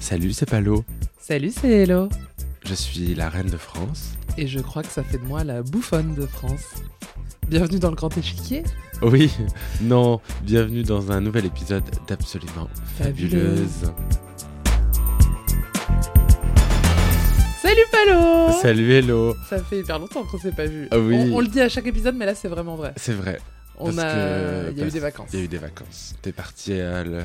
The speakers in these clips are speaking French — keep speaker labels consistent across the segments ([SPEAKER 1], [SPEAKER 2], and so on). [SPEAKER 1] Salut, c'est Palo.
[SPEAKER 2] Salut, c'est Hello.
[SPEAKER 1] Je suis la reine de France.
[SPEAKER 2] Et je crois que ça fait de moi la bouffonne de France. Bienvenue dans le grand échiquier.
[SPEAKER 1] Oui, non, bienvenue dans un nouvel épisode d'Absolument Fabuleuse.
[SPEAKER 2] Salut Palo
[SPEAKER 1] Salut Hello.
[SPEAKER 2] Ça fait hyper longtemps qu'on s'est pas vu.
[SPEAKER 1] Ah oui.
[SPEAKER 2] On, on le dit à chaque épisode, mais là c'est vraiment vrai.
[SPEAKER 1] C'est vrai.
[SPEAKER 2] On
[SPEAKER 1] parce
[SPEAKER 2] a...
[SPEAKER 1] que-
[SPEAKER 2] Il y a eu
[SPEAKER 1] parce
[SPEAKER 2] des vacances.
[SPEAKER 1] Il y a eu des vacances. T'es parti à, le- euh,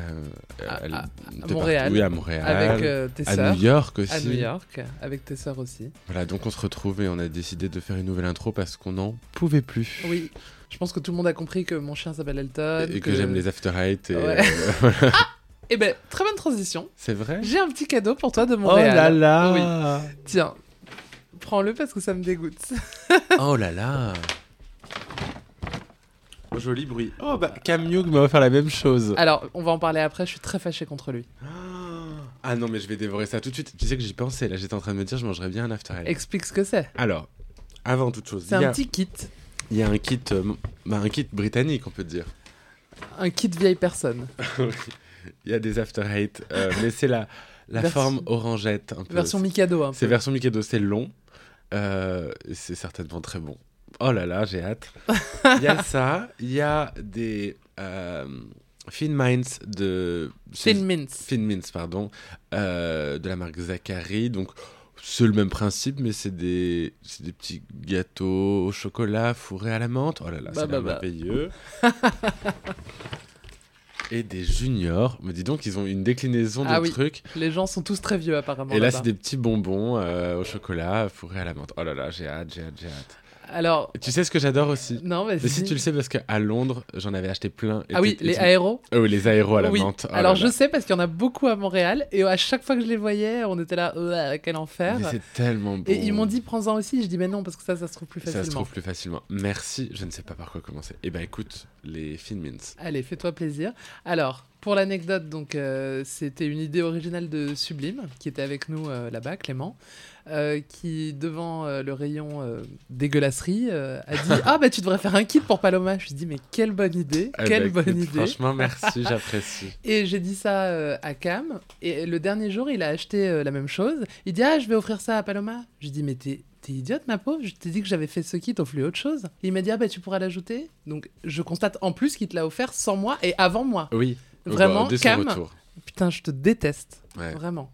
[SPEAKER 1] à le-
[SPEAKER 2] à- à
[SPEAKER 1] de
[SPEAKER 2] Montréal.
[SPEAKER 1] partout. Oui, à Montréal.
[SPEAKER 2] Avec euh, tes
[SPEAKER 1] à
[SPEAKER 2] sœurs.
[SPEAKER 1] New York aussi.
[SPEAKER 2] À New York, avec tes sœurs aussi.
[SPEAKER 1] Voilà, donc on se retrouve et on a décidé de faire une nouvelle intro parce qu'on n'en pouvait plus.
[SPEAKER 2] Oui, je pense que tout le monde a compris que mon chien s'appelle Elton.
[SPEAKER 1] Et que, j'aime les after eight et
[SPEAKER 2] Ouais.
[SPEAKER 1] euh, voilà.
[SPEAKER 2] Eh ben, très bonne transition.
[SPEAKER 1] c'est vrai.
[SPEAKER 2] J'ai un petit cadeau pour toi de Montréal.
[SPEAKER 1] Oh là
[SPEAKER 2] Tiens, prends-le parce que ça me dégoûte.
[SPEAKER 1] Oh là là Oh, Joli bruit. Oh bah Cam Young m'a offert la même chose.
[SPEAKER 2] Alors, on va en parler après, je suis très fâchée contre lui.
[SPEAKER 1] Ah non mais je vais dévorer ça tout de suite. Tu sais que j'y pensais là, j'étais en train de me dire je mangerais bien un after eight.
[SPEAKER 2] Explique ce que c'est.
[SPEAKER 1] Alors, avant toute chose,
[SPEAKER 2] C'est
[SPEAKER 1] il y,
[SPEAKER 2] un
[SPEAKER 1] a-
[SPEAKER 2] petit kit.
[SPEAKER 1] il y a un kit, euh, m- bah, un kit britannique on peut dire.
[SPEAKER 2] Un kit vieille personne.
[SPEAKER 1] Il y a des after eight, euh, mais c'est la, la
[SPEAKER 2] Version-
[SPEAKER 1] forme orangette un peu.
[SPEAKER 2] Version Mikado, un
[SPEAKER 1] C'est
[SPEAKER 2] peu.
[SPEAKER 1] version Mickey Mouse, c'est long. Euh, et c'est certainement très bon. Oh là là, j'ai hâte. Il y a ça, il y a des euh, Thin Minds de.
[SPEAKER 2] C'est une mince.
[SPEAKER 1] Thin Mints, pardon, euh, de la marque Zachary. Donc, c'est le même principe, mais c'est des, c'est des petits gâteaux au chocolat fourrés à la menthe. Oh là là,
[SPEAKER 2] Bah,
[SPEAKER 1] c'est
[SPEAKER 2] bah, bah.
[SPEAKER 1] merveilleux. Et des juniors. Mais dis donc, ils ont une déclinaison de
[SPEAKER 2] Ah oui. bah,
[SPEAKER 1] trucs.
[SPEAKER 2] Les gens sont tous très vieux, apparemment.
[SPEAKER 1] Et là,
[SPEAKER 2] là-bas.
[SPEAKER 1] c'est des petits bonbons euh, au chocolat fourrés à la menthe. Oh là là, j'ai hâte, j'ai hâte, j'ai hâte.
[SPEAKER 2] Alors,
[SPEAKER 1] Et Tu sais ce que j'adore aussi
[SPEAKER 2] non, vas
[SPEAKER 1] Mais si tu le sais, parce qu'à Londres, j'en avais acheté plein. Et
[SPEAKER 2] Euh, Ah oui,
[SPEAKER 1] t'étais-
[SPEAKER 2] les
[SPEAKER 1] tu-
[SPEAKER 2] aéros.
[SPEAKER 1] Ah oui, les aéros à la
[SPEAKER 2] oui.
[SPEAKER 1] menthe. Oh
[SPEAKER 2] Alors,
[SPEAKER 1] là
[SPEAKER 2] je
[SPEAKER 1] là.
[SPEAKER 2] sais parce qu'il y en a beaucoup à Montréal. Et à chaque fois que je les voyais, on était là, Ouais, quel enfer.
[SPEAKER 1] Mais c'est tellement bon.
[SPEAKER 2] Et ils m'ont dit, prends-en aussi. Je dis, mais non, parce que ça, ça se trouve plus
[SPEAKER 1] Ça
[SPEAKER 2] facilement.
[SPEAKER 1] se trouve plus facilement. Merci, je ne sais pas par quoi commencer. Eh ben écoute, les Thin Mints.
[SPEAKER 2] Allez, fais-toi plaisir. Alors, pour l'anecdote, donc euh, c'était une idée originale de Sublime, qui était avec nous euh, là-bas, Clément, euh, qui, devant euh, le rayon euh, dégueulasserie, euh, a dit « Ah, bah tu devrais faire un kit pour Paloma !» Je me suis dit « Mais quelle bonne idée
[SPEAKER 1] Eh
[SPEAKER 2] Quelle
[SPEAKER 1] ben, écoute,
[SPEAKER 2] bonne idée
[SPEAKER 1] Franchement, merci, j'apprécie. !»
[SPEAKER 2] Et j'ai dit ça euh, à Cam, et le dernier jour, il a acheté euh, la même chose. Il dit « Ah, je vais offrir ça à Paloma !» Je lui dis « Mais t'es... T'es idiote, ma pauvre, je t'ai dit que j'avais fait ce kit, offre-lui autre chose. Et il m'a dit, ah bah tu pourras l'ajouter. Donc je constate en plus qu'il te l'a offert sans moi et avant moi.
[SPEAKER 1] Oui. Bon,
[SPEAKER 2] Vraiment,
[SPEAKER 1] Oh bah, dès son
[SPEAKER 2] Cam,
[SPEAKER 1] retour.
[SPEAKER 2] putain, je te déteste.
[SPEAKER 1] Ouais.
[SPEAKER 2] Vraiment.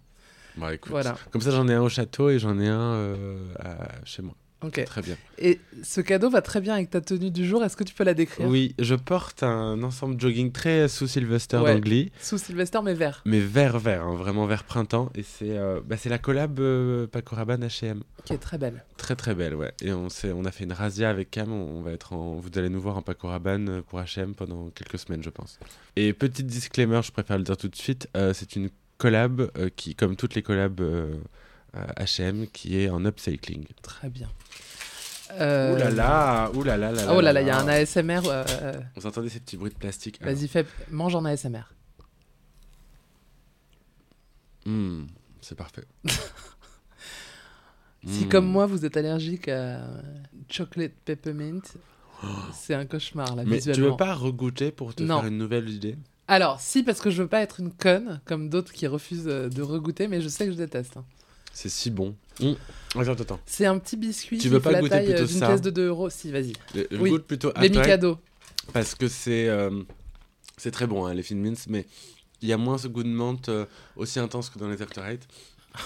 [SPEAKER 1] Bon, écoute.
[SPEAKER 2] Voilà.
[SPEAKER 1] Comme ça, j'en ai un au château et j'en ai un euh, à- chez moi.
[SPEAKER 2] Ok.
[SPEAKER 1] Très bien.
[SPEAKER 2] Et ce cadeau va très bien avec ta tenue du jour. Est-ce que tu peux la décrire
[SPEAKER 1] Oui, je porte un ensemble jogging très sous Sylvester
[SPEAKER 2] Ouais.
[SPEAKER 1] d'Angly,
[SPEAKER 2] Sous Sylvester, mais vert.
[SPEAKER 1] mais vert vert, hein, vraiment vert printemps. Et c'est euh, bah, c'est la collab euh, Paco Rabanne H&M,
[SPEAKER 2] Qui est très belle.
[SPEAKER 1] très très belle, ouais. Et on s'est- on a fait une razzia avec Cam. On, on va être en, vous allez nous voir en Paco Rabanne pour H&M pendant quelques semaines, je pense. Et petit disclaimer, je préfère le dire tout de suite, euh, c'est une collab euh, qui, comme toutes les collabs euh, euh, H&M, qui est en upcycling.
[SPEAKER 2] Très bien. Euh,
[SPEAKER 1] Ouh là là, ouh là là là.
[SPEAKER 2] Oh là là, il y a un ASMR. euh, euh,
[SPEAKER 1] Vous entendez ces petits bruits de plastique Alors.
[SPEAKER 2] Vas-y, fais. Mange en ASMR.
[SPEAKER 1] Hmm, c'est parfait.
[SPEAKER 2] Si,
[SPEAKER 1] Hmm.
[SPEAKER 2] comme moi, vous êtes allergique à chocolate peppermint, c'est un cauchemar, là,
[SPEAKER 1] Hmm. Mais tu
[SPEAKER 2] visuellement.
[SPEAKER 1] veux pas regoûter pour te
[SPEAKER 2] Non.
[SPEAKER 1] faire une nouvelle idée
[SPEAKER 2] Alors, si, parce que je veux pas être une conne, comme d'autres qui refusent euh, de regoûter, mais je sais que je déteste. hein.
[SPEAKER 1] C'est si bon. Hmm. Attends, attends, attends.
[SPEAKER 2] C'est un petit biscuit
[SPEAKER 1] Tu
[SPEAKER 2] qui
[SPEAKER 1] veux
[SPEAKER 2] fait
[SPEAKER 1] pas
[SPEAKER 2] la
[SPEAKER 1] goûter
[SPEAKER 2] taille euh,
[SPEAKER 1] plutôt
[SPEAKER 2] d'une
[SPEAKER 1] ça
[SPEAKER 2] pièce de 2 euros. Si, vas-y.
[SPEAKER 1] Je je
[SPEAKER 2] Oui.
[SPEAKER 1] Euh, goûte plutôt
[SPEAKER 2] Les
[SPEAKER 1] après,
[SPEAKER 2] Mikado.
[SPEAKER 1] parce que c'est euh, c'est très bon hein, les Thin Mints, mais il y a moins ce goût de menthe euh, aussi intense que dans les After Eight.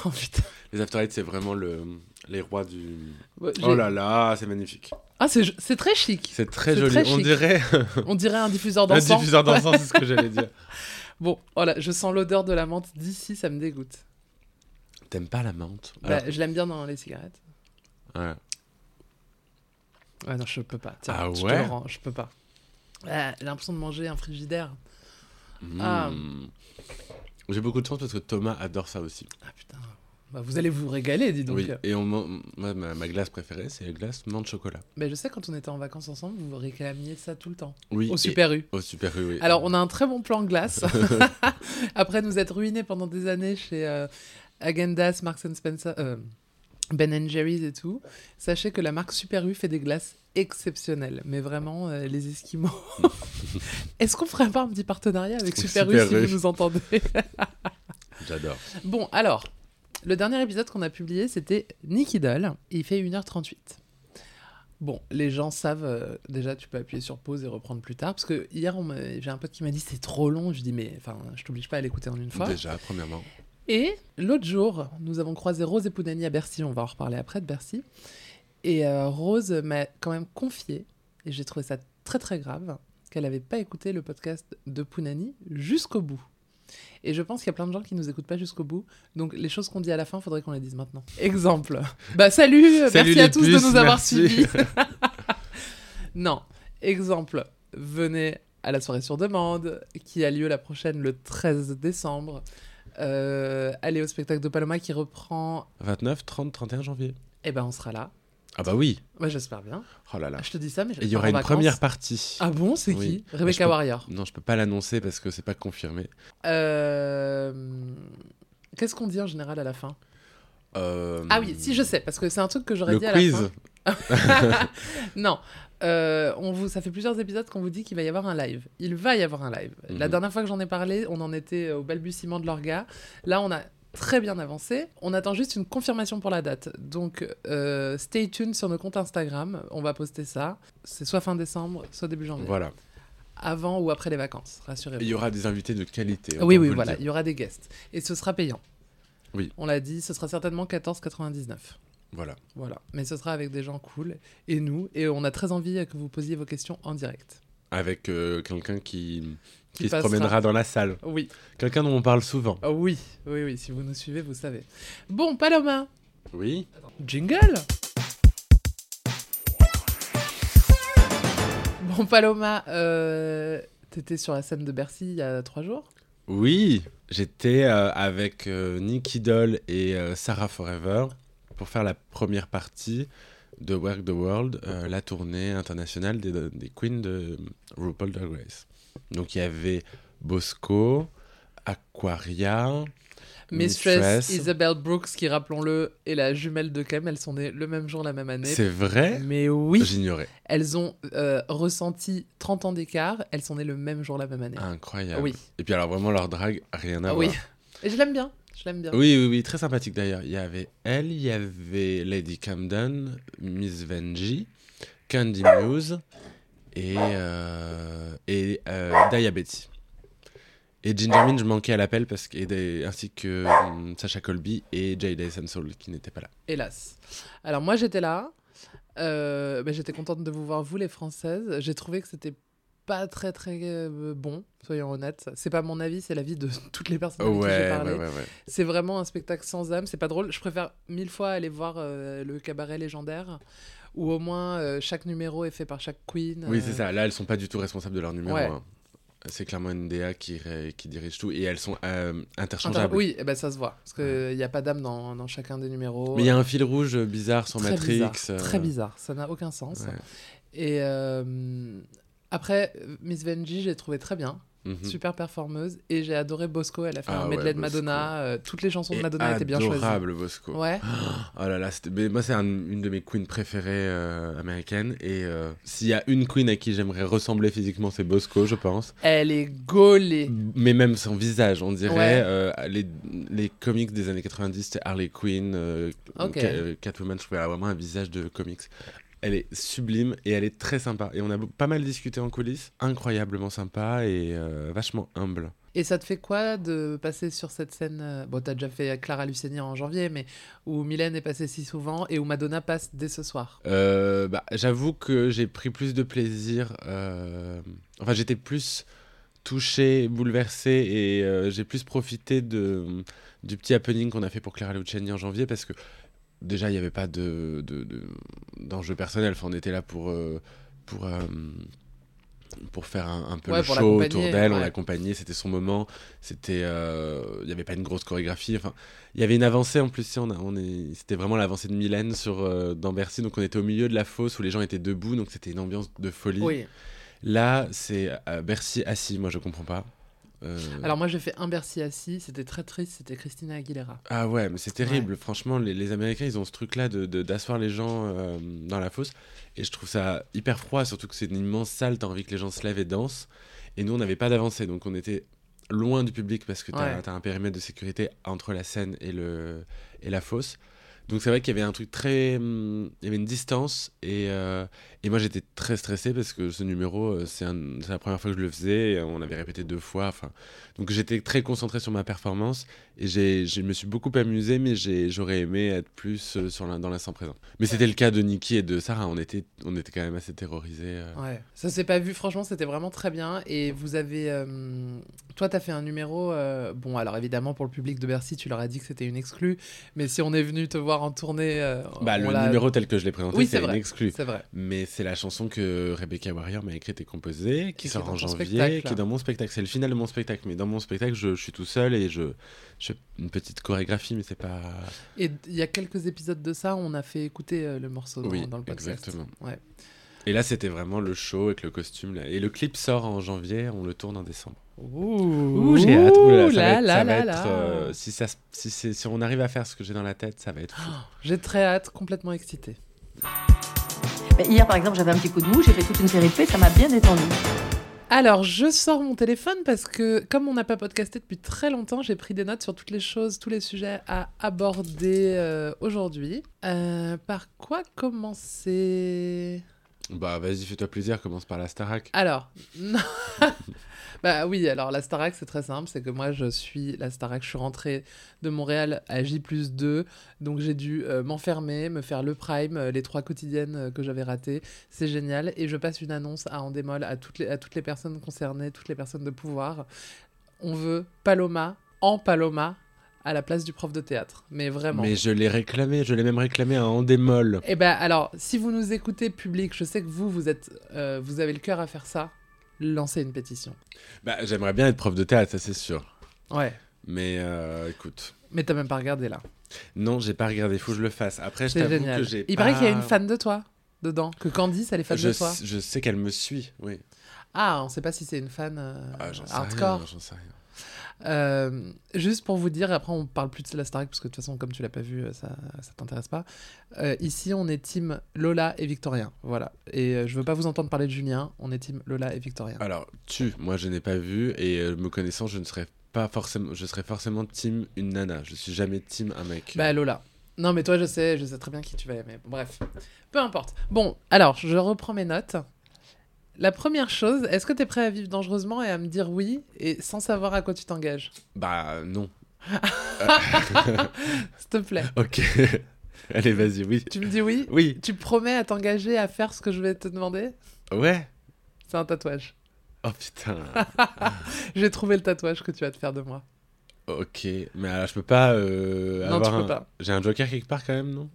[SPEAKER 2] Oh putain.
[SPEAKER 1] Les After Eight, c'est vraiment le les rois du.
[SPEAKER 2] Ouais, j'ai-
[SPEAKER 1] Oh là là, c'est magnifique.
[SPEAKER 2] Ah, c'est c'est très chic.
[SPEAKER 1] C'est très
[SPEAKER 2] C'est
[SPEAKER 1] joli.
[SPEAKER 2] très
[SPEAKER 1] On
[SPEAKER 2] chic.
[SPEAKER 1] dirait
[SPEAKER 2] On dirait un diffuseur
[SPEAKER 1] un
[SPEAKER 2] d'encens.
[SPEAKER 1] diffuseur d'encens, c'est ce que j'allais dire.
[SPEAKER 2] Bon, voilà, je sens l'odeur de la menthe d'ici, ça me dégoûte.
[SPEAKER 1] T'aimes pas la menthe Ah,
[SPEAKER 2] Bah,
[SPEAKER 1] Alors,
[SPEAKER 2] je l'aime bien dans les cigarettes.
[SPEAKER 1] voilà.
[SPEAKER 2] Ouais, non, je peux pas. Tiens,
[SPEAKER 1] Ah
[SPEAKER 2] je te
[SPEAKER 1] ouais
[SPEAKER 2] le rends, je peux pas. Ah, J'ai l'impression de manger un frigidaire. Ah.
[SPEAKER 1] Hmm. J'ai beaucoup de chance parce que Thomas adore ça aussi.
[SPEAKER 2] Ah putain. Bah, vous allez vous régaler, dis donc. euh.
[SPEAKER 1] oui, et on m'en- moi, ma, ma glace préférée, c'est la glace menthe chocolat.
[SPEAKER 2] Mais je sais, quand on était en vacances ensemble, vous réclamiez ça tout le temps.
[SPEAKER 1] Oui,
[SPEAKER 2] Au
[SPEAKER 1] et-
[SPEAKER 2] Super U.
[SPEAKER 1] Au Super U, oui.
[SPEAKER 2] Alors, on a un très bon plan glace. Après nous être ruinés pendant des années chez euh, Agendas, Marks and Spencer, euh, Ben Jerry's et tout, sachez que la marque Super U fait des glaces exceptionnelles. Mais vraiment, euh, les Esquimaux. Est-ce qu'on ferait pas un petit partenariat avec Super, U
[SPEAKER 1] Super
[SPEAKER 2] si
[SPEAKER 1] U.
[SPEAKER 2] vous nous entendez
[SPEAKER 1] J'adore.
[SPEAKER 2] Bon, alors, le dernier épisode qu'on a publié, c'était Nick Idol. Il fait 1h38. Bon, les gens savent, euh, déjà, tu peux appuyer sur pause et reprendre plus tard. Parce que hier, on m'a- j'ai un pote qui m'a dit c'est trop long. Je dis, mais enfin, je t'oblige pas à l'écouter en une fois.
[SPEAKER 1] Déjà, premièrement.
[SPEAKER 2] Et l'autre jour, nous avons croisé Rose et Pounani à Bercy, on va en reparler après de Bercy. Et euh, Rose m'a quand même confié, et j'ai trouvé ça très très grave, qu'elle n'avait pas écouté le podcast de Pounani jusqu'au bout. Et je pense qu'il y a plein de gens qui nous écoutent pas jusqu'au bout, donc les choses qu'on dit à la fin, faudrait qu'on les dise maintenant. Exemple. Bah salut, euh,
[SPEAKER 1] Salut
[SPEAKER 2] merci à
[SPEAKER 1] les
[SPEAKER 2] tous
[SPEAKER 1] puces,
[SPEAKER 2] de nous avoir
[SPEAKER 1] merci.
[SPEAKER 2] suivis. non. Exemple. Venez à la soirée sur demande, qui a lieu la prochaine le 13 décembre. Euh, aller au spectacle de Paloma qui reprend,
[SPEAKER 1] 29, 30, 31 janvier.
[SPEAKER 2] eh ben on sera là.
[SPEAKER 1] Ah bah oui.
[SPEAKER 2] Moi j'espère bien.
[SPEAKER 1] Oh là là.
[SPEAKER 2] Je te dis ça, mais Ah,
[SPEAKER 1] Et
[SPEAKER 2] je
[SPEAKER 1] il y
[SPEAKER 2] pars
[SPEAKER 1] aura
[SPEAKER 2] en
[SPEAKER 1] une
[SPEAKER 2] vacances.
[SPEAKER 1] première partie.
[SPEAKER 2] Ah bon, c'est
[SPEAKER 1] Oui. Bah,
[SPEAKER 2] qui Rebecca
[SPEAKER 1] peux-
[SPEAKER 2] Warrior.
[SPEAKER 1] Non, je peux pas l'annoncer parce que c'est pas confirmé.
[SPEAKER 2] Euh, Qu'est-ce qu'on dit en général à la fin
[SPEAKER 1] Euh,
[SPEAKER 2] Ah oui, si je sais, parce que c'est un truc que j'aurais
[SPEAKER 1] Le
[SPEAKER 2] dit à la
[SPEAKER 1] quiz.
[SPEAKER 2] fin. non, Euh, on vous, ça fait plusieurs épisodes qu'on vous dit qu'il va y avoir un live. Il va y avoir un live. La
[SPEAKER 1] Mhm.
[SPEAKER 2] dernière fois que j'en ai parlé, on en était au balbutiement de l'orga. Là, on a très bien avancé. On attend juste une confirmation pour la date. Donc, euh, stay tuned sur nos comptes Instagram. On va poster ça. C'est soit fin décembre, soit début janvier.
[SPEAKER 1] Voilà.
[SPEAKER 2] Avant ou après les vacances,
[SPEAKER 1] Il
[SPEAKER 2] rassurez-vous.
[SPEAKER 1] y aura des invités de qualité. autant
[SPEAKER 2] Oui,
[SPEAKER 1] vous
[SPEAKER 2] oui,
[SPEAKER 1] le
[SPEAKER 2] voilà.
[SPEAKER 1] dire.
[SPEAKER 2] Il y aura des guests. Et ce sera payant.
[SPEAKER 1] Oui.
[SPEAKER 2] On l'a dit, ce sera certainement 14,99.
[SPEAKER 1] Voilà.
[SPEAKER 2] Voilà. Mais ce sera avec des gens cool et nous. Et on a très envie que vous posiez vos questions en direct.
[SPEAKER 1] Avec euh, quelqu'un qui, qui,
[SPEAKER 2] Qui
[SPEAKER 1] se
[SPEAKER 2] passera.
[SPEAKER 1] promènera dans la salle.
[SPEAKER 2] Oui.
[SPEAKER 1] Quelqu'un dont on parle souvent.
[SPEAKER 2] Oh, oui, oui, oui. Si vous nous suivez, vous savez. Bon, Paloma,
[SPEAKER 1] Oui.
[SPEAKER 2] jingle Bon, Paloma, euh, t'étais sur la scène de Bercy il y a trois jours
[SPEAKER 1] Oui. J'étais euh, avec euh, Nick Idol et euh, Sarah Forever pour faire la première partie de Work the World, euh, la tournée internationale des, des queens de RuPaul Drag Race. Donc il y avait Bosco, Aquaria,
[SPEAKER 2] Mistress Isabel Brooks, qui, rappelons-le, est la jumelle de Cam. Elles sont nées le même jour, la même année.
[SPEAKER 1] C'est vrai
[SPEAKER 2] Mais oui
[SPEAKER 1] J'ignorais.
[SPEAKER 2] Elles ont euh, ressenti 30 ans d'écart, elles sont nées le même jour, la même année.
[SPEAKER 1] Incroyable.
[SPEAKER 2] Oui.
[SPEAKER 1] Et puis alors vraiment leur drague, rien à
[SPEAKER 2] oui.
[SPEAKER 1] voir.
[SPEAKER 2] Et je l'aime bien, je l'aime bien.
[SPEAKER 1] Ah, Oui, oui, oui, très sympathique d'ailleurs. Il y avait elle, il y avait Lady Camden, Miss Venji, Candy Muse et, euh, et euh, Daya Betty. Et Ginger Minj manquait à l'appel parce que, et des- ainsi que hum, Sacha Colby et Jay Soul qui n'étaient pas là.
[SPEAKER 2] Hélas. Alors moi j'étais là, Euh, ben, j'étais contente de vous voir, vous les Françaises. J'ai trouvé que c'était pas très très euh, bon, soyons honnêtes. C'est pas mon avis, c'est l'avis de toutes les personnes avec qui j'ai
[SPEAKER 1] Oh Ouais,
[SPEAKER 2] parlé. Euh,
[SPEAKER 1] ouais, ouais, ouais.
[SPEAKER 2] C'est vraiment un spectacle sans âme, c'est pas drôle. Je préfère mille fois aller voir euh, le cabaret légendaire, où au moins euh, chaque numéro est fait par chaque queen.
[SPEAKER 1] Oui,
[SPEAKER 2] euh,
[SPEAKER 1] c'est ça. Là, elles sont pas du tout responsables de leur numéro.
[SPEAKER 2] Ouais.
[SPEAKER 1] hein. C'est clairement NDA qui, ré- qui dirige tout et elles sont euh,
[SPEAKER 2] Inter-
[SPEAKER 1] interchangeables.
[SPEAKER 2] oui, eh ben, ça se voit, parce qu'il n'y a pas d'âme dans, dans chacun des numéros.
[SPEAKER 1] Mais il y a un fil rouge euh, bizarre sur
[SPEAKER 2] Très
[SPEAKER 1] Matrix.
[SPEAKER 2] bizarre,
[SPEAKER 1] euh,
[SPEAKER 2] Très bizarre, ça n'a aucun sens.
[SPEAKER 1] ouais.
[SPEAKER 2] Et euh, après, euh, Miss Venji, j'ai trouvé très bien,
[SPEAKER 1] Mhm.
[SPEAKER 2] super performeuse, et j'ai adoré Bosco, elle a fait
[SPEAKER 1] Ah
[SPEAKER 2] un
[SPEAKER 1] ouais,
[SPEAKER 2] medley de
[SPEAKER 1] Bosco.
[SPEAKER 2] Madonna, euh, toutes les chansons de
[SPEAKER 1] Et
[SPEAKER 2] Madonna étaient bien choisies.
[SPEAKER 1] Adorable Bosco.
[SPEAKER 2] Ouais,
[SPEAKER 1] Oh là là, c'était- mais moi c'est un- une de mes queens préférées euh, américaines et euh, s'il y a une queen à qui j'aimerais ressembler physiquement, c'est Bosco, je pense.
[SPEAKER 2] elle est gaulée.
[SPEAKER 1] Mais même son visage, on dirait
[SPEAKER 2] Ouais.
[SPEAKER 1] euh, les, les comics des années 90, c'était Harley Quinn, euh,
[SPEAKER 2] Ok.
[SPEAKER 1] Ca- euh, Catwoman, je trouvais elle a vraiment un visage de comics. Elle est sublime et elle est très sympa. Et on a pas mal discuté en coulisses. Incroyablement sympa et euh, vachement humble.
[SPEAKER 2] Et ça te fait quoi de passer sur cette scène euh, Bon, t'as déjà fait Clara Luciani en janvier, mais où Mylène est passée si souvent et où Madonna passe dès ce soir.
[SPEAKER 1] Euh, bah, J'avoue que j'ai pris plus de plaisir. euh, Enfin, j'étais plus touché, bouleversé et euh, j'ai plus profité de, du petit happening qu'on a fait pour Clara Luciani en janvier parce que déjà, il n'y avait pas de de- de- d'enjeu personnel. Enfin, on était là pour. euh, pour euh, pour faire un, un peu
[SPEAKER 2] Ouais,
[SPEAKER 1] le
[SPEAKER 2] pour
[SPEAKER 1] show autour
[SPEAKER 2] l'accompagner,
[SPEAKER 1] d'elle, on
[SPEAKER 2] ouais.
[SPEAKER 1] l'accompagnait, c'était son moment, c'était, euh, il n'y avait pas une grosse chorégraphie, enfin, il y avait une avancée en plus, si on a- on est, c'était vraiment l'avancée de Mylène sur, euh, dans Bercy, donc on était au milieu de la fosse où les gens étaient debout, donc c'était une ambiance de folie.
[SPEAKER 2] Oui.
[SPEAKER 1] Là, c'est euh, Bercy assis, moi je comprends pas. Euh,
[SPEAKER 2] Alors moi j'ai fait un Bercy assis, c'était très triste, c'était Christina Aguilera.
[SPEAKER 1] Ah ouais, mais c'est terrible, franchement, les, les Américains, ils ont ce truc-là de, de- d'asseoir les gens euh, dans la fosse, et je trouve ça hyper froid, surtout que c'est une immense salle, t'as envie que les gens se lèvent et dansent, et nous on n'avait pas d'avancée, donc on était loin du public parce que tu as,
[SPEAKER 2] Ouais.
[SPEAKER 1] un périmètre de sécurité entre la scène et, le, et la fosse. Donc c'est vrai qu'il y avait un truc très... hum, il y avait une distance et, euh, et moi j'étais très stressé parce que ce numéro, euh, c'est un- c'est la première fois que je le faisais, et on l'avait répété deux fois. Enfin, donc j'étais très concentré sur ma performance et j'ai- je me suis beaucoup amusé mais j'ai- j'aurais aimé être plus euh, sur l'in- dans l'instant présent. Mais c'était le cas de Nikki et de Sarah, on était, on était quand même assez terrorisés. euh.
[SPEAKER 2] Ouais, ça s'est pas vu, franchement, c'était vraiment très bien. Et vous avez. euh, Toi, t'as fait un numéro. euh, Bon, alors évidemment, pour le public de Bercy, tu leur as dit que c'était une exclue. Mais si on est venu te voir en tournée. euh,
[SPEAKER 1] Bah,
[SPEAKER 2] on
[SPEAKER 1] le
[SPEAKER 2] l'a-
[SPEAKER 1] numéro tel que je l'ai présenté,
[SPEAKER 2] Oui, c'est
[SPEAKER 1] c'est une
[SPEAKER 2] vrai.
[SPEAKER 1] exclu.
[SPEAKER 2] C'est vrai.
[SPEAKER 1] Mais c'est la chanson que Rebecca Warrior m'a écrite et composée,
[SPEAKER 2] Et qui
[SPEAKER 1] qui sort
[SPEAKER 2] est dans
[SPEAKER 1] en
[SPEAKER 2] ton
[SPEAKER 1] janvier,
[SPEAKER 2] spectacle.
[SPEAKER 1] qui est dans mon spectacle. C'est le final de mon spectacle. Mais dans mon spectacle, je, je suis tout seul et je, je fais une petite chorégraphie, mais c'est pas.
[SPEAKER 2] Et d- il y a quelques épisodes de ça, on a fait écouter euh, le morceau dans,
[SPEAKER 1] Oui,
[SPEAKER 2] dans le podcast.
[SPEAKER 1] exactement.
[SPEAKER 2] Ouais.
[SPEAKER 1] Et là, c'était vraiment le show avec le costume. là. Et le clip sort en janvier, on le tourne en décembre.
[SPEAKER 2] Ouh,
[SPEAKER 1] Ouh
[SPEAKER 2] Ouh
[SPEAKER 1] là, ça va être-
[SPEAKER 2] là
[SPEAKER 1] ça va
[SPEAKER 2] là
[SPEAKER 1] être,
[SPEAKER 2] là.
[SPEAKER 1] euh, Si ça se- si c'est- si on arrive à faire ce que j'ai dans la tête, ça va être fou.
[SPEAKER 2] J'ai très hâte, complètement excitée.
[SPEAKER 3] Ben, Hier, par exemple, j'avais un petit coup de mou, j'ai fait toute une série de faits, ça m'a bien détendu.
[SPEAKER 2] Alors, je sors mon téléphone parce que, comme on n'a pas podcasté depuis très longtemps, j'ai pris des notes sur toutes les choses, tous les sujets à aborder euh, aujourd'hui. Euh, par quoi commencer
[SPEAKER 1] Bah, vas-y, fais-toi plaisir, commence par la Starac.
[SPEAKER 2] Alors, non. bah oui, alors la Starac, c'est très simple. C'est que moi, je suis la Starac. Je suis rentrée de Montréal à J 2. Donc, j'ai dû euh, m'enfermer, me faire le prime, euh, les trois quotidiennes euh, que j'avais ratées. C'est génial. Et je passe une annonce à En Démol à toutes, les, à toutes les personnes concernées, toutes les personnes de pouvoir. On veut Paloma en Paloma à la place du prof de théâtre. Mais vraiment.
[SPEAKER 1] Mais je l'ai réclamé, je l'ai même réclamé à en démol.
[SPEAKER 2] Eh ben alors, si vous nous écoutez public, je sais que vous, vous êtes, euh, vous avez le cœur à faire ça. Lancez une pétition.
[SPEAKER 1] Bah, j'aimerais bien être prof de théâtre, ça c'est sûr.
[SPEAKER 2] Ouais.
[SPEAKER 1] Mais euh, écoute,
[SPEAKER 2] Mais t'as même pas regardé là.
[SPEAKER 1] non, j'ai pas regardé, faut que je le fasse. Après, je
[SPEAKER 2] C'est
[SPEAKER 1] t'avoue
[SPEAKER 2] génial.
[SPEAKER 1] que j'ai
[SPEAKER 2] Il
[SPEAKER 1] pas-
[SPEAKER 2] paraît qu'il y a une fan de toi dedans. Que Candice, elle est fan
[SPEAKER 1] je,
[SPEAKER 2] de toi.
[SPEAKER 1] sais- je sais qu'elle me suit, oui.
[SPEAKER 2] Ah, on sait pas si c'est une fan euh,
[SPEAKER 1] Ah, j'en sais
[SPEAKER 2] hardcore.
[SPEAKER 1] rien, j'en sais rien.
[SPEAKER 2] Euh, juste pour vous dire, après on parle plus de la Starac parce que de toute façon, comme tu l'as pas vu, euh, ça, ça t'intéresse pas. Euh, ici, on est team Lola et Victorien. Voilà. Et euh, je veux pas vous entendre parler de Julien. On est team Lola et Victorien.
[SPEAKER 1] Alors, tu, moi je n'ai pas vu et euh, me connaissant, je ne serais pas forcément, je serais forcément team une nana. Je suis jamais team un mec.
[SPEAKER 2] Bah Lola. Non mais toi je sais, je sais très bien qui tu vas aimer. Bon, bref, peu importe. Bon, alors je reprends mes notes. La première chose, est-ce que t'es prêt à vivre dangereusement et à me dire oui et sans savoir à quoi tu t'engages
[SPEAKER 1] Bah non.
[SPEAKER 2] S'il te plaît.
[SPEAKER 1] Ok. Allez, vas-y, oui.
[SPEAKER 2] Tu me dis oui
[SPEAKER 1] Oui.
[SPEAKER 2] Tu promets à t'engager à faire ce que je vais te demander
[SPEAKER 1] Ouais.
[SPEAKER 2] C'est un tatouage.
[SPEAKER 1] Oh putain.
[SPEAKER 2] J'ai trouvé le tatouage que tu vas te faire de moi.
[SPEAKER 1] ok. Mais alors, je peux pas. euh,
[SPEAKER 2] non, tu
[SPEAKER 1] avoir
[SPEAKER 2] peux
[SPEAKER 1] un-
[SPEAKER 2] pas.
[SPEAKER 1] J'ai un joker quelque part quand même, non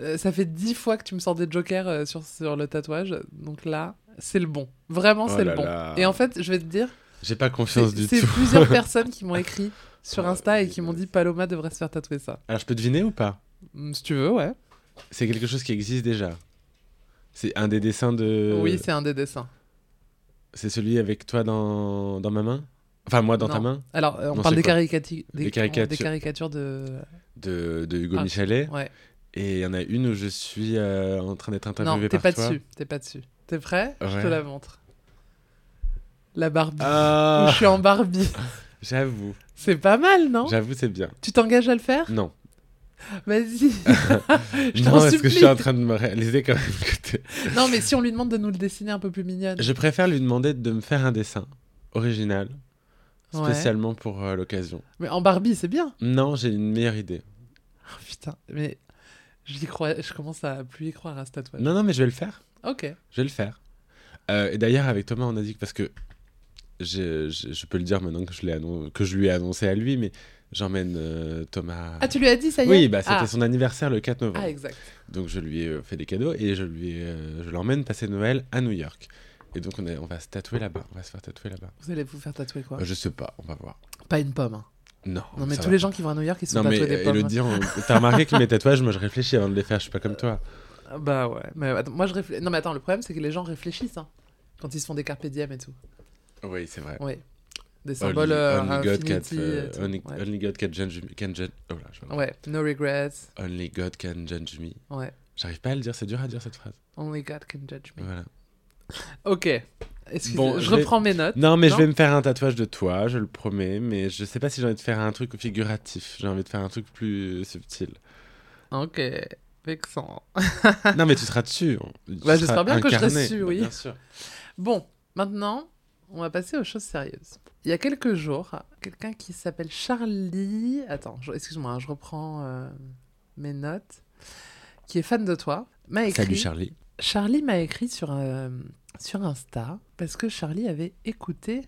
[SPEAKER 2] Euh, ça fait dix fois que tu me sors des jokers euh, sur, sur le tatouage, donc là, c'est le bon. Vraiment,
[SPEAKER 1] Oh
[SPEAKER 2] c'est le
[SPEAKER 1] là
[SPEAKER 2] bon.
[SPEAKER 1] là.
[SPEAKER 2] Et en fait, je vais te dire,
[SPEAKER 1] J'ai pas
[SPEAKER 2] C'est
[SPEAKER 1] confiance du
[SPEAKER 2] c'est
[SPEAKER 1] tout.
[SPEAKER 2] plusieurs personnes qui m'ont écrit sur
[SPEAKER 1] Oh,
[SPEAKER 2] Insta et
[SPEAKER 1] oui,
[SPEAKER 2] qui m'ont
[SPEAKER 1] oui.
[SPEAKER 2] dit Paloma devrait se faire tatouer ça.
[SPEAKER 1] Alors, je peux deviner ou pas
[SPEAKER 2] Hmm, Si tu veux, ouais.
[SPEAKER 1] C'est quelque chose qui existe déjà. C'est un des dessins de.
[SPEAKER 2] Oui, c'est un des dessins.
[SPEAKER 1] c'est celui avec toi dans, dans ma main Enfin, moi dans
[SPEAKER 2] Non.
[SPEAKER 1] ta main
[SPEAKER 2] Alors, euh, on
[SPEAKER 1] Non,
[SPEAKER 2] parle des,
[SPEAKER 1] c'est quoi
[SPEAKER 2] caricati- des,
[SPEAKER 1] Des caricatures. Eh,
[SPEAKER 2] des caricatures de.
[SPEAKER 1] de, de Hugo
[SPEAKER 2] Ah,
[SPEAKER 1] Michalet.
[SPEAKER 2] Ouais.
[SPEAKER 1] Et il y en a une où je suis euh, en train d'être interviewé
[SPEAKER 2] Non, t'es
[SPEAKER 1] par
[SPEAKER 2] pas
[SPEAKER 1] toi.
[SPEAKER 2] dessus. T'es pas dessus. T'es prêt Je te
[SPEAKER 1] Ouais.
[SPEAKER 2] la montre. La Barbie. Où je
[SPEAKER 1] Ah
[SPEAKER 2] suis en Barbie.
[SPEAKER 1] J'avoue,
[SPEAKER 2] C'est pas mal, non
[SPEAKER 1] j'avoue, c'est bien.
[SPEAKER 2] Tu t'engages à le faire
[SPEAKER 1] Non.
[SPEAKER 2] Vas-y. Je t'en
[SPEAKER 1] non, est-ce que je suis en
[SPEAKER 2] supplie.
[SPEAKER 1] train de me réaliser quand même que t'es-
[SPEAKER 2] Non, mais si on lui demande de nous le dessiner un peu plus mignonne.
[SPEAKER 1] Je préfère lui demander de me faire un dessin original,
[SPEAKER 2] Ouais.
[SPEAKER 1] spécialement pour euh, l'occasion.
[SPEAKER 2] Mais en Barbie, c'est bien.
[SPEAKER 1] Non, j'ai une meilleure idée.
[SPEAKER 2] Oh, putain, mais je l'y crois. Je commence à plus y croire à ce tatouage.
[SPEAKER 1] Non, non, mais je vais le faire.
[SPEAKER 2] Ok.
[SPEAKER 1] Je vais le faire. Euh, et d'ailleurs, avec Thomas, on a dit que parce que je, je- je peux le dire maintenant que je, l'ai annon- que je lui ai annoncé à lui, mais j'emmène euh, Thomas.
[SPEAKER 2] Ah, tu lui as dit, ça y est
[SPEAKER 1] oui, bah, c'était
[SPEAKER 2] ah.
[SPEAKER 1] son anniversaire le 4 novembre.
[SPEAKER 2] Ah, exact.
[SPEAKER 1] donc je lui ai euh, fait des cadeaux et je lui ai, euh, je l'emmène passer Noël à New York. Et donc on, est- on va se tatouer là-bas. On va se faire tatouer là-bas.
[SPEAKER 2] Vous allez vous faire tatouer quoi
[SPEAKER 1] Euh, je sais pas, on va voir.
[SPEAKER 2] Pas une pomme. hein.
[SPEAKER 1] Non.
[SPEAKER 2] Non, mais
[SPEAKER 1] ça
[SPEAKER 2] tous
[SPEAKER 1] va
[SPEAKER 2] les
[SPEAKER 1] pas.
[SPEAKER 2] gens qui vont à New York, ils se font
[SPEAKER 1] Non mais
[SPEAKER 2] tatouer des pommes.
[SPEAKER 1] Elodie, on- t'as remarqué que mes tatouages, moi je réfléchis avant de les faire. Je suis pas comme toi.
[SPEAKER 2] Ah, Bah ouais. Mais attends, moi, je réfléchis. Non, mais attends, le problème, c'est que les gens réfléchissent hein, quand ils se font des carpe diem et tout.
[SPEAKER 1] Oui, c'est vrai.
[SPEAKER 2] Oui. Des
[SPEAKER 1] Only-
[SPEAKER 2] symboles euh,
[SPEAKER 1] only God can,
[SPEAKER 2] infinity.
[SPEAKER 1] euh,
[SPEAKER 2] et tout.
[SPEAKER 1] only-
[SPEAKER 2] ouais.
[SPEAKER 1] only God can judge me- can judge- oh là, je vais
[SPEAKER 2] Ouais. No regrets.
[SPEAKER 1] Only God can judge me.
[SPEAKER 2] Ouais.
[SPEAKER 1] J'arrive pas à le dire, c'est dur à dire cette phrase.
[SPEAKER 2] Only God can judge me.
[SPEAKER 1] Voilà.
[SPEAKER 2] Ok. Excusez-
[SPEAKER 1] Bon,
[SPEAKER 2] je
[SPEAKER 1] je vais-
[SPEAKER 2] reprends mes notes.
[SPEAKER 1] Non, mais
[SPEAKER 2] Non.
[SPEAKER 1] je vais me faire un tatouage de toi, je le promets, mais je sais pas si j'ai envie de faire un truc figuratif, j'ai envie de faire un truc plus subtil.
[SPEAKER 2] Ok. Vexant.
[SPEAKER 1] non, mais tu seras dessus. tu
[SPEAKER 2] Bah, j'espère
[SPEAKER 1] seras
[SPEAKER 2] bien que je reste
[SPEAKER 1] incarné.
[SPEAKER 2] dessus,
[SPEAKER 1] Bah,
[SPEAKER 2] oui.
[SPEAKER 1] bien sûr.
[SPEAKER 2] Bon, maintenant, on va passer aux choses sérieuses. Il y a quelques jours, quelqu'un qui s'appelle Charlie. Attends, je- excuse-moi, hein, je reprends euh, mes notes. Qui est fan de toi, m'a écrit.
[SPEAKER 1] Salut Charlie.
[SPEAKER 2] Charlie m'a écrit sur, euh, sur Insta parce que Charlie avait écouté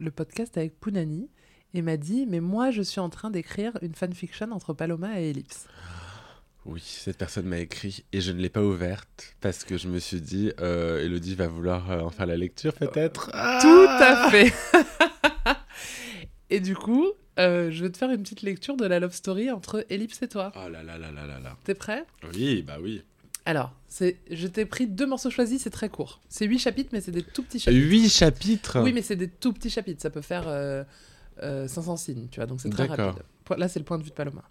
[SPEAKER 2] le podcast avec Pounani et m'a dit Mais moi, je suis en train d'écrire une fanfiction entre Paloma et Ellipse.
[SPEAKER 1] Oui, cette personne m'a écrit et je ne l'ai pas ouverte parce que je me suis dit, euh, Elodie va vouloir euh, en faire la lecture peut-être.
[SPEAKER 2] Euh,
[SPEAKER 1] Ah
[SPEAKER 2] Tout à fait. et du coup, euh, je vais te faire une petite lecture de la love story entre Ellipse et toi.
[SPEAKER 1] Oh là là là là là là.
[SPEAKER 2] T'es prêt
[SPEAKER 1] Oui, bah oui.
[SPEAKER 2] Alors, c'est, je t'ai pris deux morceaux choisis, c'est très court. C'est huit chapitres, mais c'est des tout petits chapitres.
[SPEAKER 1] Huit chapitres
[SPEAKER 2] Oui, mais c'est des tout petits chapitres, ça peut faire euh, euh, 500 signes, tu vois, donc c'est très
[SPEAKER 1] D'accord.
[SPEAKER 2] rapide. Po- Là, c'est le point de vue de Paloma.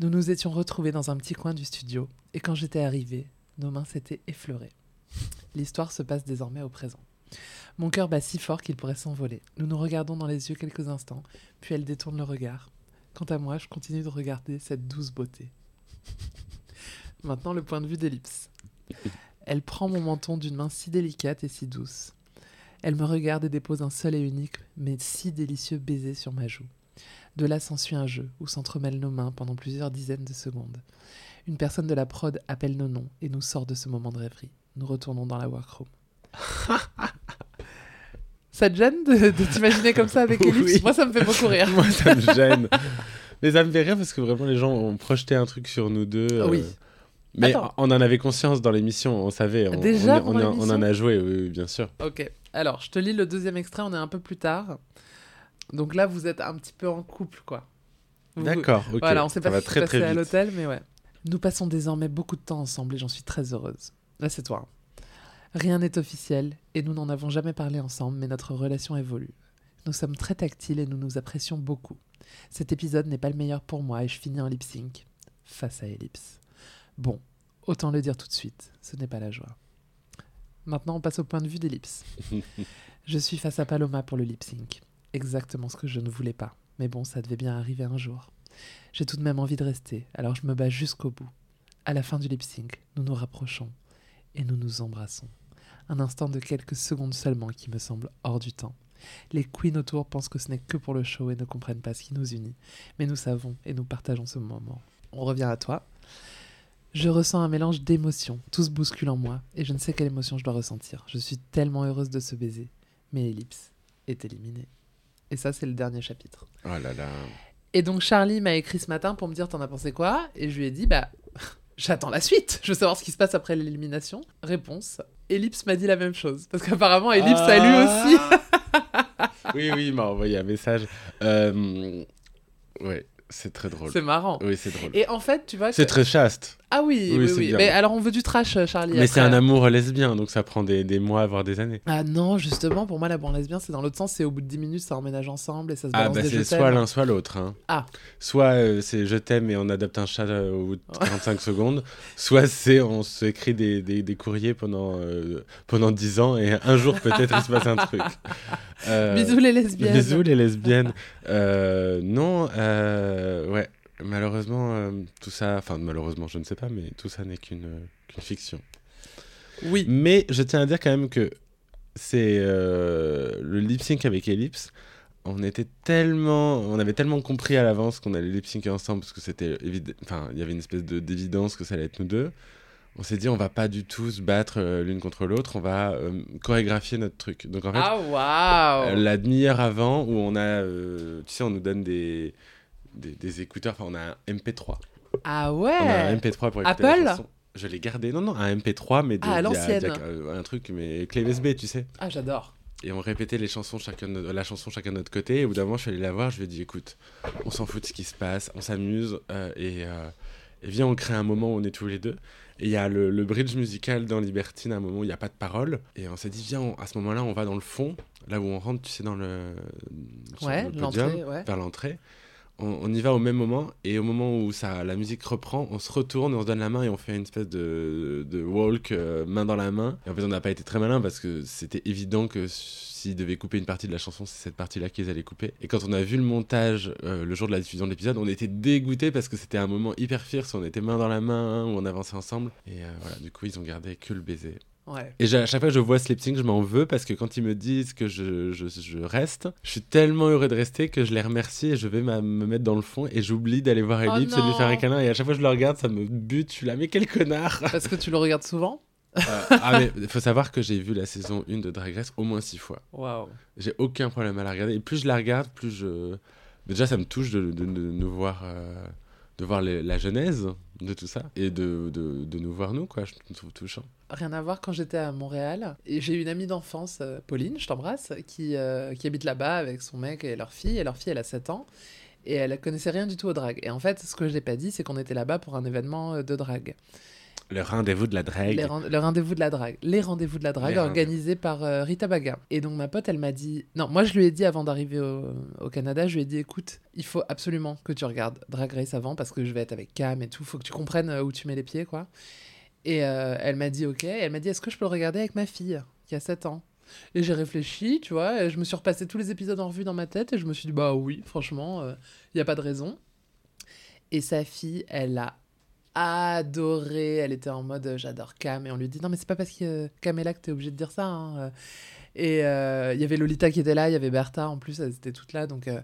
[SPEAKER 2] Nous nous étions retrouvés dans un petit coin du studio, et quand j'étais arrivée, nos mains s'étaient effleurées. L'histoire se passe désormais au présent. Mon cœur bat si fort qu'il pourrait s'envoler. Nous nous regardons dans les yeux quelques instants, puis elle détourne le regard. Quant à moi, je continue de regarder cette douce beauté. Maintenant, le point de vue d'Ellipse. Elle prend mon menton d'une main si délicate et si douce. Elle me regarde et dépose un seul et unique, mais si délicieux baiser sur ma joue. De là s'ensuit un jeu où s'entremêlent nos mains pendant plusieurs dizaines de secondes. Une personne de la prod appelle nos noms et nous sort de ce moment de rêverie. Nous retournons dans la workroom. ça te gêne de, de t'imaginer comme ça avec Ellipse
[SPEAKER 1] Oui.
[SPEAKER 2] Moi, ça me fait beaucoup rire.
[SPEAKER 1] Moi, ça me gêne. mais ça me fait rire parce que vraiment, les gens ont projeté un truc sur nous deux. euh,
[SPEAKER 2] Oui.
[SPEAKER 1] Mais
[SPEAKER 2] Attends.
[SPEAKER 1] on en avait conscience dans l'émission, on savait. On,
[SPEAKER 2] Déjà
[SPEAKER 1] on, on,
[SPEAKER 2] pendant
[SPEAKER 1] en- on en
[SPEAKER 2] l'émission
[SPEAKER 1] a joué, oui, oui, bien sûr.
[SPEAKER 2] Ok, alors je te lis le deuxième extrait, on est un peu plus tard. Donc là, vous êtes un petit peu en couple, quoi. Vous-
[SPEAKER 1] D'accord, ok.
[SPEAKER 2] Voilà, on sait
[SPEAKER 1] Ça
[SPEAKER 2] pas
[SPEAKER 1] va
[SPEAKER 2] ce qui s'est passé à
[SPEAKER 1] vite.
[SPEAKER 2] l'hôtel, mais ouais. Nous passons désormais beaucoup de temps ensemble et j'en suis très heureuse. Là, c'est toi. hein. Rien n'est officiel et nous n'en avons jamais parlé ensemble, mais notre relation évolue. Nous sommes très tactiles et nous nous apprécions beaucoup. Cet épisode n'est pas le meilleur pour moi et je finis en lip sync face à Ellipse. Bon, autant le dire tout de suite, ce n'est pas la joie. Maintenant, on passe au point de vue d'Ellipse. je suis face à Paloma pour le lip sync. Exactement ce que je ne voulais pas. Mais bon, ça devait bien arriver un jour. J'ai tout de même envie de rester, alors je me bats jusqu'au bout. À la fin du lip sync, nous nous rapprochons et nous nous embrassons. Un instant de quelques secondes seulement qui me semble hors du temps. Les queens autour pensent que ce n'est que pour le show et ne comprennent pas ce qui nous unit, mais nous savons et nous partageons ce moment. On revient à toi. Je ressens un mélange d'émotions, tout se bouscule en moi, et je ne sais quelle émotion je dois ressentir. Je suis tellement heureuse de ce baiser, mais Ellipse est éliminée. Et ça, c'est le dernier chapitre.
[SPEAKER 1] Oh là là.
[SPEAKER 2] Et donc Charlie m'a écrit ce matin pour me dire t'en as pensé quoi Et je lui ai dit bah j'attends la suite, je veux savoir ce qui se passe après l'élimination. Réponse, Ellipse m'a dit la même chose parce qu'apparemment Ellipse a
[SPEAKER 1] Ah.
[SPEAKER 2] lui aussi.
[SPEAKER 1] oui, oui, il m'a envoyé un message. Euh, ouais, c'est très drôle.
[SPEAKER 2] C'est marrant.
[SPEAKER 1] Oui, c'est drôle.
[SPEAKER 2] Et en fait tu vois
[SPEAKER 1] Euh. C'est
[SPEAKER 2] que-
[SPEAKER 1] très chaste.
[SPEAKER 2] ah oui
[SPEAKER 1] Oui,
[SPEAKER 2] oui oui,
[SPEAKER 1] c'est bien.
[SPEAKER 2] mais alors on veut du trash euh, Charlie.
[SPEAKER 1] Mais c'est
[SPEAKER 2] après.
[SPEAKER 1] un amour lesbien, donc ça prend des, des mois, voire des années.
[SPEAKER 2] Ah non justement pour moi la bande lesbienne c'est dans l'autre sens c'est au bout de 10 minutes ça emménage ensemble et ça se
[SPEAKER 1] Ah,
[SPEAKER 2] balance
[SPEAKER 1] bah
[SPEAKER 2] des je
[SPEAKER 1] c'est soit
[SPEAKER 2] t'aime.
[SPEAKER 1] l'un, soit l'autre. hein.
[SPEAKER 2] Ah.
[SPEAKER 1] Soit euh, c'est je t'aime et on adopte un chat euh, au bout de
[SPEAKER 2] Oh.
[SPEAKER 1] 35 secondes. Soit c'est on s'écrit des, des, des courriers pendant, euh, pendant 10 ans et un jour peut-être il se passe un truc. Euh,
[SPEAKER 2] Bisous les lesbiennes.
[SPEAKER 1] Bisous les lesbiennes. Euh, non, euh, ouais, malheureusement, euh, tout ça, enfin malheureusement, je ne sais pas, mais tout ça n'est qu'une euh, qu'une fiction.
[SPEAKER 2] Oui.
[SPEAKER 1] Mais je tiens à dire quand même que c'est euh, le lip sync avec Ellipse. On était tellement, on avait tellement compris à l'avance qu'on allait lip sync ensemble parce que c'était évident. Enfin, il y avait une espèce de d'évidence que ça allait être nous deux. On s'est dit, on va pas du tout se battre euh, l'une contre l'autre. On va euh, chorégraphier notre truc. Donc en fait,
[SPEAKER 2] Ah waouh.
[SPEAKER 1] euh, la demi-heure avant où on a, euh, tu sais, on nous donne des, des, des écouteurs, enfin on a un MP3.
[SPEAKER 2] Ah
[SPEAKER 1] On a un
[SPEAKER 2] ouais.
[SPEAKER 1] MP3 pour écouter
[SPEAKER 2] Apple
[SPEAKER 1] la chanson. Je l'ai gardé, non, non, un MP3, mais de-
[SPEAKER 2] Ah, à
[SPEAKER 1] il y a-
[SPEAKER 2] l'ancienne.
[SPEAKER 1] il y a, euh, un truc, mais clé USB, tu sais.
[SPEAKER 2] Ah j'adore.
[SPEAKER 1] Et on répétait les chansons chacun de, la chanson chacun de notre côté. Et au bout d'un moment, je suis allé la voir, je lui ai dit, écoute, on s'en fout de ce qui se passe, on s'amuse, euh, et, euh, et viens, on crée un moment où on est tous les deux. Et il y a le, le bridge musical dans Libertine, à un moment où il n'y a pas de parole. Et on s'est dit, viens, on- à ce moment-là, on va dans le fond, là où on rentre, tu sais, dans le, sur
[SPEAKER 2] Ouais
[SPEAKER 1] le podium,
[SPEAKER 2] l'entrée ouais.
[SPEAKER 1] vers l'entrée. on, on y va au même moment et au moment où ça, la musique reprend, on se retourne, on se donne la main et on fait une espèce de, de walk euh, main dans la main. Et en fait, on n'a pas été très malin parce que c'était évident que s'ils devaient couper une partie de la chanson, c'est cette partie-là qu'ils allaient couper. Et quand on a vu le montage euh, le jour de la diffusion de l'épisode, on était dégoûté parce que c'était un moment hyper fierce, on était main dans la main, hein, où on avançait ensemble. Et euh, voilà, du coup, ils ont gardé que le baiser.
[SPEAKER 2] Ouais.
[SPEAKER 1] Et j'ai- à chaque fois que je vois Sleep Sync, je m'en veux parce que quand ils me disent que je, je, je reste, je suis tellement heureux de rester que je les remercie et je vais ma- me mettre dans le fond et j'oublie d'aller voir
[SPEAKER 2] Oh
[SPEAKER 1] Ellipse et de lui
[SPEAKER 2] non.
[SPEAKER 1] faire un câlin. Et à chaque fois que je le regarde, ça me bute. Je suis là, mais quel connard
[SPEAKER 2] Parce que tu le regardes souvent
[SPEAKER 1] Euh, Ah, mais faut savoir que j'ai vu la saison 1 de Drag Race au moins 6 fois.
[SPEAKER 2] Waouh.
[SPEAKER 1] J'ai aucun problème à la regarder. Et plus je la regarde, plus je. Déjà, ça me touche de, de, de nous voir. euh, De voir les- la genèse de tout ça et de, de, de nous voir nous, quoi. Je me trouve touchant.
[SPEAKER 2] Rien à voir quand j'étais à Montréal. Et j'ai une amie d'enfance, euh, Pauline, je t'embrasse, qui, euh, qui habite là-bas avec son mec et leur fille. Et leur fille, elle a 7 ans. Et elle connaissait rien du tout au drag. Et en fait, ce que je n'ai pas dit, c'est qu'on était là-bas pour un événement euh, de drague.
[SPEAKER 1] Le rendez-vous de la drague.
[SPEAKER 2] Les ren- le rendez-vous de la drague. Les rendez-vous de la drague
[SPEAKER 1] Les
[SPEAKER 2] organisés par euh, Rita Baga. Et donc ma pote, elle m'a dit... Non, moi je lui ai dit avant d'arriver au, au Canada, je lui ai dit, écoute, il faut absolument que tu regardes Drag Race avant parce que je vais être avec Cam et tout, faut que tu comprennes euh, où tu mets les pieds, quoi. Et euh, elle m'a dit, ok, Et elle m'a dit, est-ce que je peux le regarder avec ma fille qui a 7 ans et j'ai réfléchi, tu vois, et je me suis repassé tous les épisodes en revue dans ma tête et je me suis dit, bah oui, franchement, il n'y a pas de raison. Et sa fille, elle a adoré. Elle était en mode euh, j'adore Cam et on lui dit non mais c'est pas parce que euh, Cam est là que t'es obligé de dire ça. hein, euh. Et euh, il y avait Lolita qui était là, il y avait Bertha en plus, elles étaient toutes là donc. euh,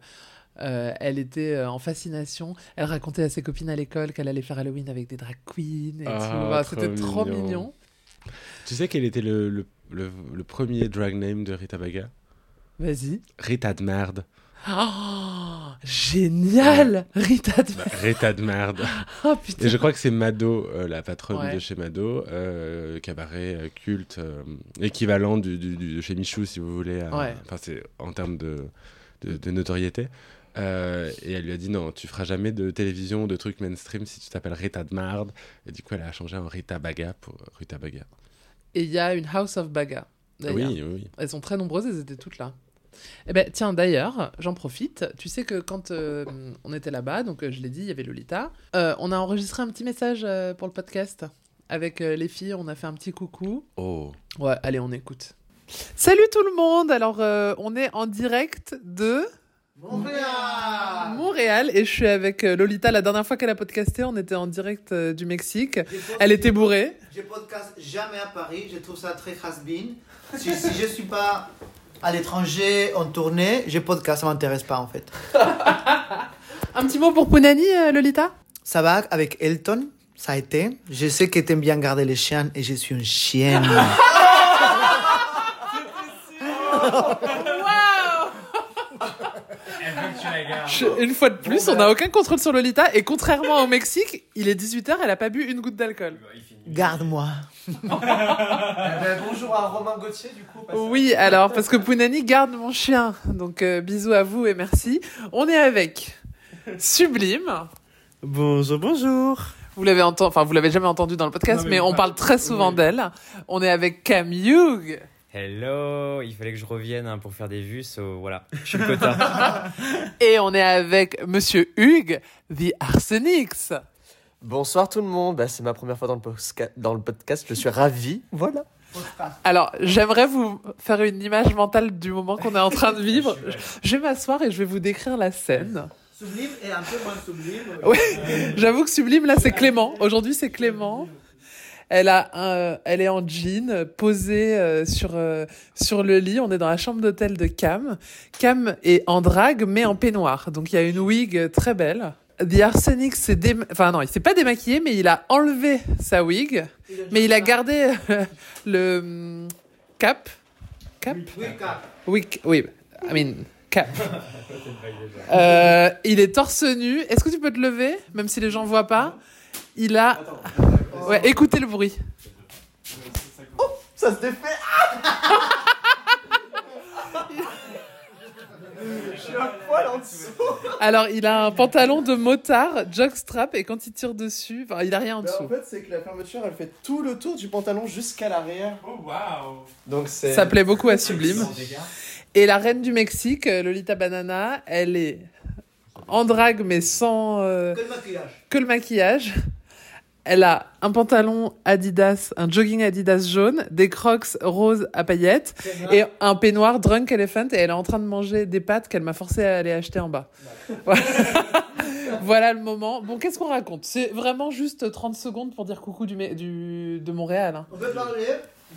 [SPEAKER 2] euh, elle était euh, en fascination. Elle racontait à ses copines à l'école qu'elle allait faire Halloween avec des drag queens. et tout.
[SPEAKER 1] Ah,
[SPEAKER 2] Enfin,
[SPEAKER 1] trop
[SPEAKER 2] C'était trop
[SPEAKER 1] mignon.
[SPEAKER 2] mignon.
[SPEAKER 1] Tu sais quel était le, le, le, le premier drag name de Rita Baga
[SPEAKER 2] Vas-y.
[SPEAKER 1] Rita de merde.
[SPEAKER 2] Oh, génial Rita de-
[SPEAKER 1] Bah, Rita de merde.
[SPEAKER 2] Oh
[SPEAKER 1] Et
[SPEAKER 2] putain
[SPEAKER 1] je crois que c'est Mado, euh, la patronne
[SPEAKER 2] Ouais.
[SPEAKER 1] de chez Mado, euh, cabaret euh, culte, euh, équivalent du, du- du- de chez Michou, si vous voulez. à-
[SPEAKER 2] Ouais.
[SPEAKER 1] Enfin, c'est en termes de, de, de notoriété. Euh, et elle lui a dit non, tu feras jamais de télévision, de trucs mainstream si tu t'appelles Rita de merde. Et du coup, elle a changé en Rita Baga pour Rita Baga.
[SPEAKER 2] Et il y a une House of Baga. d'ailleurs.
[SPEAKER 1] Oui, oui, oui.
[SPEAKER 2] Elles sont très nombreuses, elles étaient toutes là. Eh ben tiens, d'ailleurs, j'en profite. Tu sais que quand euh, on était là-bas, donc euh, je l'ai dit, il y avait Lolita, euh, on a enregistré un petit message euh, pour le podcast. Avec euh, les filles, on a fait un petit coucou.
[SPEAKER 1] Oh.
[SPEAKER 2] Ouais, allez, on écoute. Salut tout le monde Alors, euh, on est en direct de... Montréal Montréal, et je suis avec euh, Lolita. La dernière fois qu'elle a podcasté, on était en direct euh, du Mexique.
[SPEAKER 4] Je pense
[SPEAKER 2] Elle
[SPEAKER 4] que
[SPEAKER 2] était bourrée.
[SPEAKER 4] Je podcast jamais à Paris, je trouve ça très has-been. Si, si je suis pas à l'étranger en tournée, je podcast, ça m'intéresse pas en fait.
[SPEAKER 2] Un petit mot pour Pounani, euh, Lolita
[SPEAKER 4] Ça va avec Elton, ça a été. Je sais que t'aimes bien garder les chiens et je suis une chienne.
[SPEAKER 5] Ah,
[SPEAKER 2] Je- une fois de plus, on n'a
[SPEAKER 5] bah.
[SPEAKER 2] aucun contrôle sur Lolita et contrairement au Mexique, il est 18h, elle a pas bu une goutte d'alcool.
[SPEAKER 4] Garde-moi.
[SPEAKER 5] bonjour à Romain Gauthier, du coup.
[SPEAKER 2] Oui, alors parce que Pounani garde mon chien. Donc euh, bisous à vous et merci. On est avec Sublime.
[SPEAKER 5] Bonjour, bonjour.
[SPEAKER 2] Vous l'avez entendu enfin vous l'avez jamais entendu dans le podcast
[SPEAKER 5] Non, mais
[SPEAKER 2] mais,
[SPEAKER 5] vous
[SPEAKER 2] on
[SPEAKER 5] parlez-
[SPEAKER 2] parle très souvent
[SPEAKER 5] Oui.
[SPEAKER 2] d'elle. On est avec Cam Hughes.
[SPEAKER 6] Hello, il fallait que je revienne hein, pour faire des vues, so voilà, je suis le quota.
[SPEAKER 2] et on est avec monsieur Hugues the Arsenics.
[SPEAKER 7] Bonsoir tout le monde, Bah, c'est ma première fois dans le, posca- dans le podcast, je suis ravi. Voilà.
[SPEAKER 2] Alors, j'aimerais vous faire une image mentale du moment qu'on est en train de vivre. Je vais m'asseoir et je vais vous décrire la scène.
[SPEAKER 4] Sublime et un peu moins sublime.
[SPEAKER 2] Oui, j'avoue que Sublime, là, c'est Clément. Aujourd'hui, c'est Clément. Elle, a un- euh, elle est en jean, posée euh, sur, euh, sur le lit. On est dans la chambre d'hôtel de Cam. Cam est en drague, mais en peignoir. Donc, il y a une wig très belle. The Arsenic s'est déma- Enfin, non, il s'est pas démaquillé, mais il a enlevé sa wig. Mais il a gardé euh, le hum, cap. Cap
[SPEAKER 4] Oui, Cap.
[SPEAKER 2] oui, c- oui. I mean, cap. Euh, il est torse nu. Est-ce que tu peux te lever, même si les gens voient pas Il a. Ouais, écoutez le bruit.
[SPEAKER 7] Ça se défait Je suis un poil en dessous
[SPEAKER 2] Alors, il a un pantalon de motard, jockstrap, et quand il tire dessus, enfin, il a
[SPEAKER 4] Ben,
[SPEAKER 2] rien en
[SPEAKER 7] Ben, En
[SPEAKER 2] dessous.
[SPEAKER 7] fait, c'est que la fermeture, elle fait tout le tour du pantalon jusqu'à l'arrière.
[SPEAKER 5] Oh, waouh.
[SPEAKER 7] Donc c'est...
[SPEAKER 2] Ça plaît beaucoup à Sublime. Et la reine du Mexique, euh, Lolita Banana, elle est en drague, mais sans euh,
[SPEAKER 4] Quel maquillage
[SPEAKER 2] que le maquillage. Elle a un pantalon Adidas, un jogging Adidas jaune, des crocs roses à paillettes et un peignoir Drunk Elephant. Et elle est en train de manger des pâtes qu'elle m'a forcé à aller acheter en bas. Voilà, Voilà le moment. Bon, qu'est-ce qu'on raconte C'est vraiment juste 30 secondes pour dire coucou du, Mé- du- de Montréal. hein.
[SPEAKER 4] On peut parler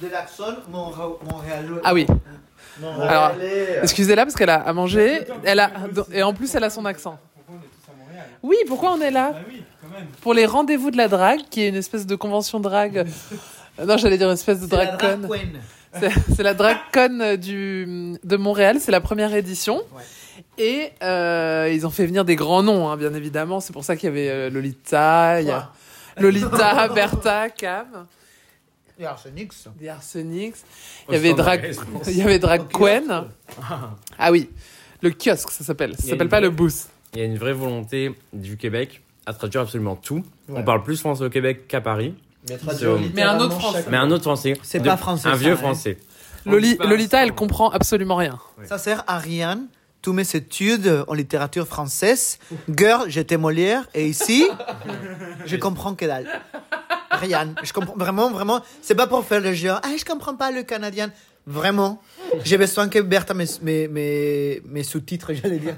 [SPEAKER 4] de l'accent Monra- montréalais.
[SPEAKER 2] Ah oui,
[SPEAKER 4] Montréalais.
[SPEAKER 2] excusez-la parce qu'elle a à manger. Elle a, et en plus, elle a son accent.
[SPEAKER 5] Pourquoi on est tous à Montréal
[SPEAKER 2] Oui, pourquoi on est là
[SPEAKER 5] Bah oui, quand même.
[SPEAKER 2] pour les rendez-vous de la drague, qui est une espèce de convention drague. Euh, non, j'allais dire une espèce de
[SPEAKER 4] C'est la
[SPEAKER 2] drag
[SPEAKER 4] drag
[SPEAKER 2] con.
[SPEAKER 4] queen.
[SPEAKER 2] C'est c'est la drag con euh, du, de Montréal, c'est la première édition.
[SPEAKER 4] Ouais.
[SPEAKER 2] Et euh, ils ont fait venir des grands noms, hein, bien évidemment. C'est pour ça qu'il y avait euh, Lolita, il y a Lolita, Bertha, Cam,
[SPEAKER 4] Et Arsenix.
[SPEAKER 2] des Arsenics. Il y
[SPEAKER 6] Au
[SPEAKER 2] avait
[SPEAKER 6] centre
[SPEAKER 2] drag,
[SPEAKER 6] Est, je pense.
[SPEAKER 2] il y avait drag
[SPEAKER 4] Au kiosque.
[SPEAKER 2] Quen. Ah oui, le kiosque, ça s'appelle. Ça
[SPEAKER 6] Il y a
[SPEAKER 2] s'appelle
[SPEAKER 6] une
[SPEAKER 2] pas le
[SPEAKER 6] vraie-
[SPEAKER 2] booth.
[SPEAKER 6] Il y a une vraie volonté du Québec à traduire absolument tout.
[SPEAKER 4] Ouais.
[SPEAKER 6] On parle plus français au Québec qu'à Paris,
[SPEAKER 2] Mais un autre français.
[SPEAKER 6] mais un autre français.
[SPEAKER 4] C'est
[SPEAKER 6] de-
[SPEAKER 4] pas français,
[SPEAKER 6] Un
[SPEAKER 4] ça,
[SPEAKER 6] vieux
[SPEAKER 4] ouais.
[SPEAKER 6] français.
[SPEAKER 2] Loli- Lolita, elle comprend absolument rien.
[SPEAKER 4] Ça sert à rien. Tous mes études en littérature française, girl, j'étais Molière, et ici, je comprends que dalle. Rien. Je comprends vraiment, vraiment. C'est pas pour faire le genre. Ah, je comprends pas le canadien. Vraiment. J'ai besoin que Bertha mes, mes, mes, mes sous-titres, j'allais dire,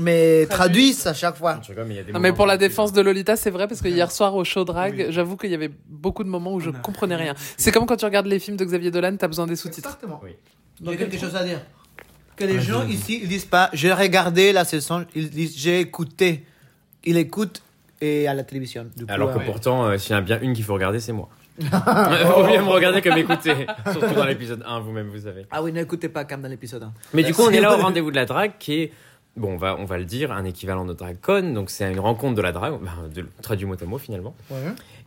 [SPEAKER 4] mais traduisent à chaque fois.
[SPEAKER 6] Je rigole, mais il y a des
[SPEAKER 2] Non Ah, mais
[SPEAKER 6] moments
[SPEAKER 2] pour la
[SPEAKER 6] où-
[SPEAKER 2] défense de Lolita, c'est vrai parce que hier soir au show drag, j'avoue qu'il y avait beaucoup de moments où je comprenais rien. C'est comme quand tu regardes les films de Xavier Dolan, t'as besoin des sous-titres.
[SPEAKER 4] Exactement.
[SPEAKER 6] Oui.
[SPEAKER 4] Il y a quelque chose à dire. Que les gens ici, ils disent pas, j'ai regardé la saison, ils disent, j'ai écouté. Ils écoutent et à la télévision. Du coup,
[SPEAKER 6] Alors que
[SPEAKER 4] euh,
[SPEAKER 6] pourtant, euh, s'il y en a bien une qu'il faut regarder, c'est moi. Vaut mieux me regarder que m'écouter. Surtout dans l'épisode 1, vous-même, vous savez.
[SPEAKER 4] Ah oui, n'écoutez pas comme dans l'épisode. hein.
[SPEAKER 6] Mais du coup, on est là au rendez-vous de la drague qui est, bon, on va, on va le dire, un équivalent de drag con. Donc, c'est une rencontre de la drague, ben, de, traduit mot à mot finalement.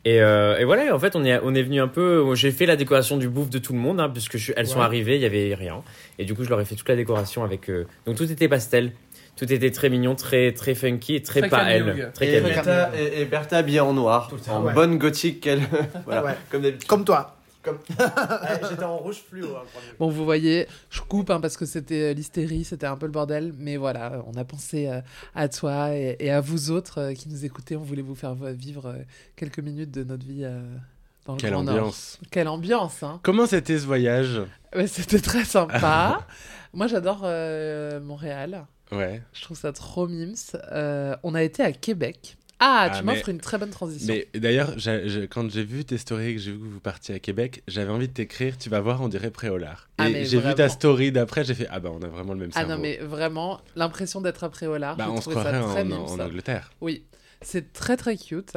[SPEAKER 6] Et, euh, et voilà, en fait, on est, on est venu un peu. J'ai fait la décoration du bouffe de tout le monde, hein, puisque je- elles sont arrivées, il y avait rien. Et du coup, je leur ai fait toute la décoration avec. euh, donc, tout était pastel. Tout était très mignon, très, très funky et très,
[SPEAKER 2] Très
[SPEAKER 6] pas
[SPEAKER 2] Camille
[SPEAKER 6] elle.
[SPEAKER 2] Hougue.
[SPEAKER 6] Très
[SPEAKER 7] Et
[SPEAKER 6] Camille.
[SPEAKER 7] Bertha, et, et Bertha habillée en noir, en
[SPEAKER 4] ouais.
[SPEAKER 7] bonne gothique qu'elle. voilà,
[SPEAKER 4] Ouais.
[SPEAKER 7] comme d'habitude.
[SPEAKER 4] Comme toi.
[SPEAKER 7] J'étais en rouge
[SPEAKER 4] hein.
[SPEAKER 7] fluo.
[SPEAKER 2] Bon, vous voyez, je coupe hein, parce que c'était euh, l'hystérie, c'était un peu le bordel, mais voilà, on a pensé euh, à toi et, et à vous autres euh, qui nous écoutez. On voulait vous faire euh, vivre euh, quelques minutes de notre vie euh, dans le
[SPEAKER 1] Quelle
[SPEAKER 2] Grand Nord.
[SPEAKER 1] ambiance.
[SPEAKER 2] Quelle ambiance hein.
[SPEAKER 1] Comment c'était ce voyage
[SPEAKER 2] Ouais, C'était très sympa. Moi, j'adore euh, Montréal.
[SPEAKER 1] Ouais.
[SPEAKER 2] Je trouve ça trop mimes. Euh, on a été à Québec. Ah,
[SPEAKER 1] Ah,
[SPEAKER 2] tu
[SPEAKER 1] mais-
[SPEAKER 2] m'offres une très bonne transition.
[SPEAKER 1] Mais d'ailleurs, j'ai- j'ai- quand j'ai vu tes stories et que j'ai vu que vous partiez à Québec, j'avais envie de t'écrire, tu vas voir, on dirait Préolard.
[SPEAKER 2] Ah, mais
[SPEAKER 1] et j'ai vu ta
[SPEAKER 2] vraiment.
[SPEAKER 1] story d'après, j'ai fait, ah bah on a vraiment le même
[SPEAKER 2] ah
[SPEAKER 1] cerveau.
[SPEAKER 2] non, mais vraiment, l'impression d'être après Préolard,
[SPEAKER 1] Bah
[SPEAKER 2] j'ai
[SPEAKER 1] on se
[SPEAKER 2] trouvé ça
[SPEAKER 1] croirait en,
[SPEAKER 2] très
[SPEAKER 1] en-
[SPEAKER 2] mimes.
[SPEAKER 1] en Angleterre.
[SPEAKER 2] Oui, c'est très très cute.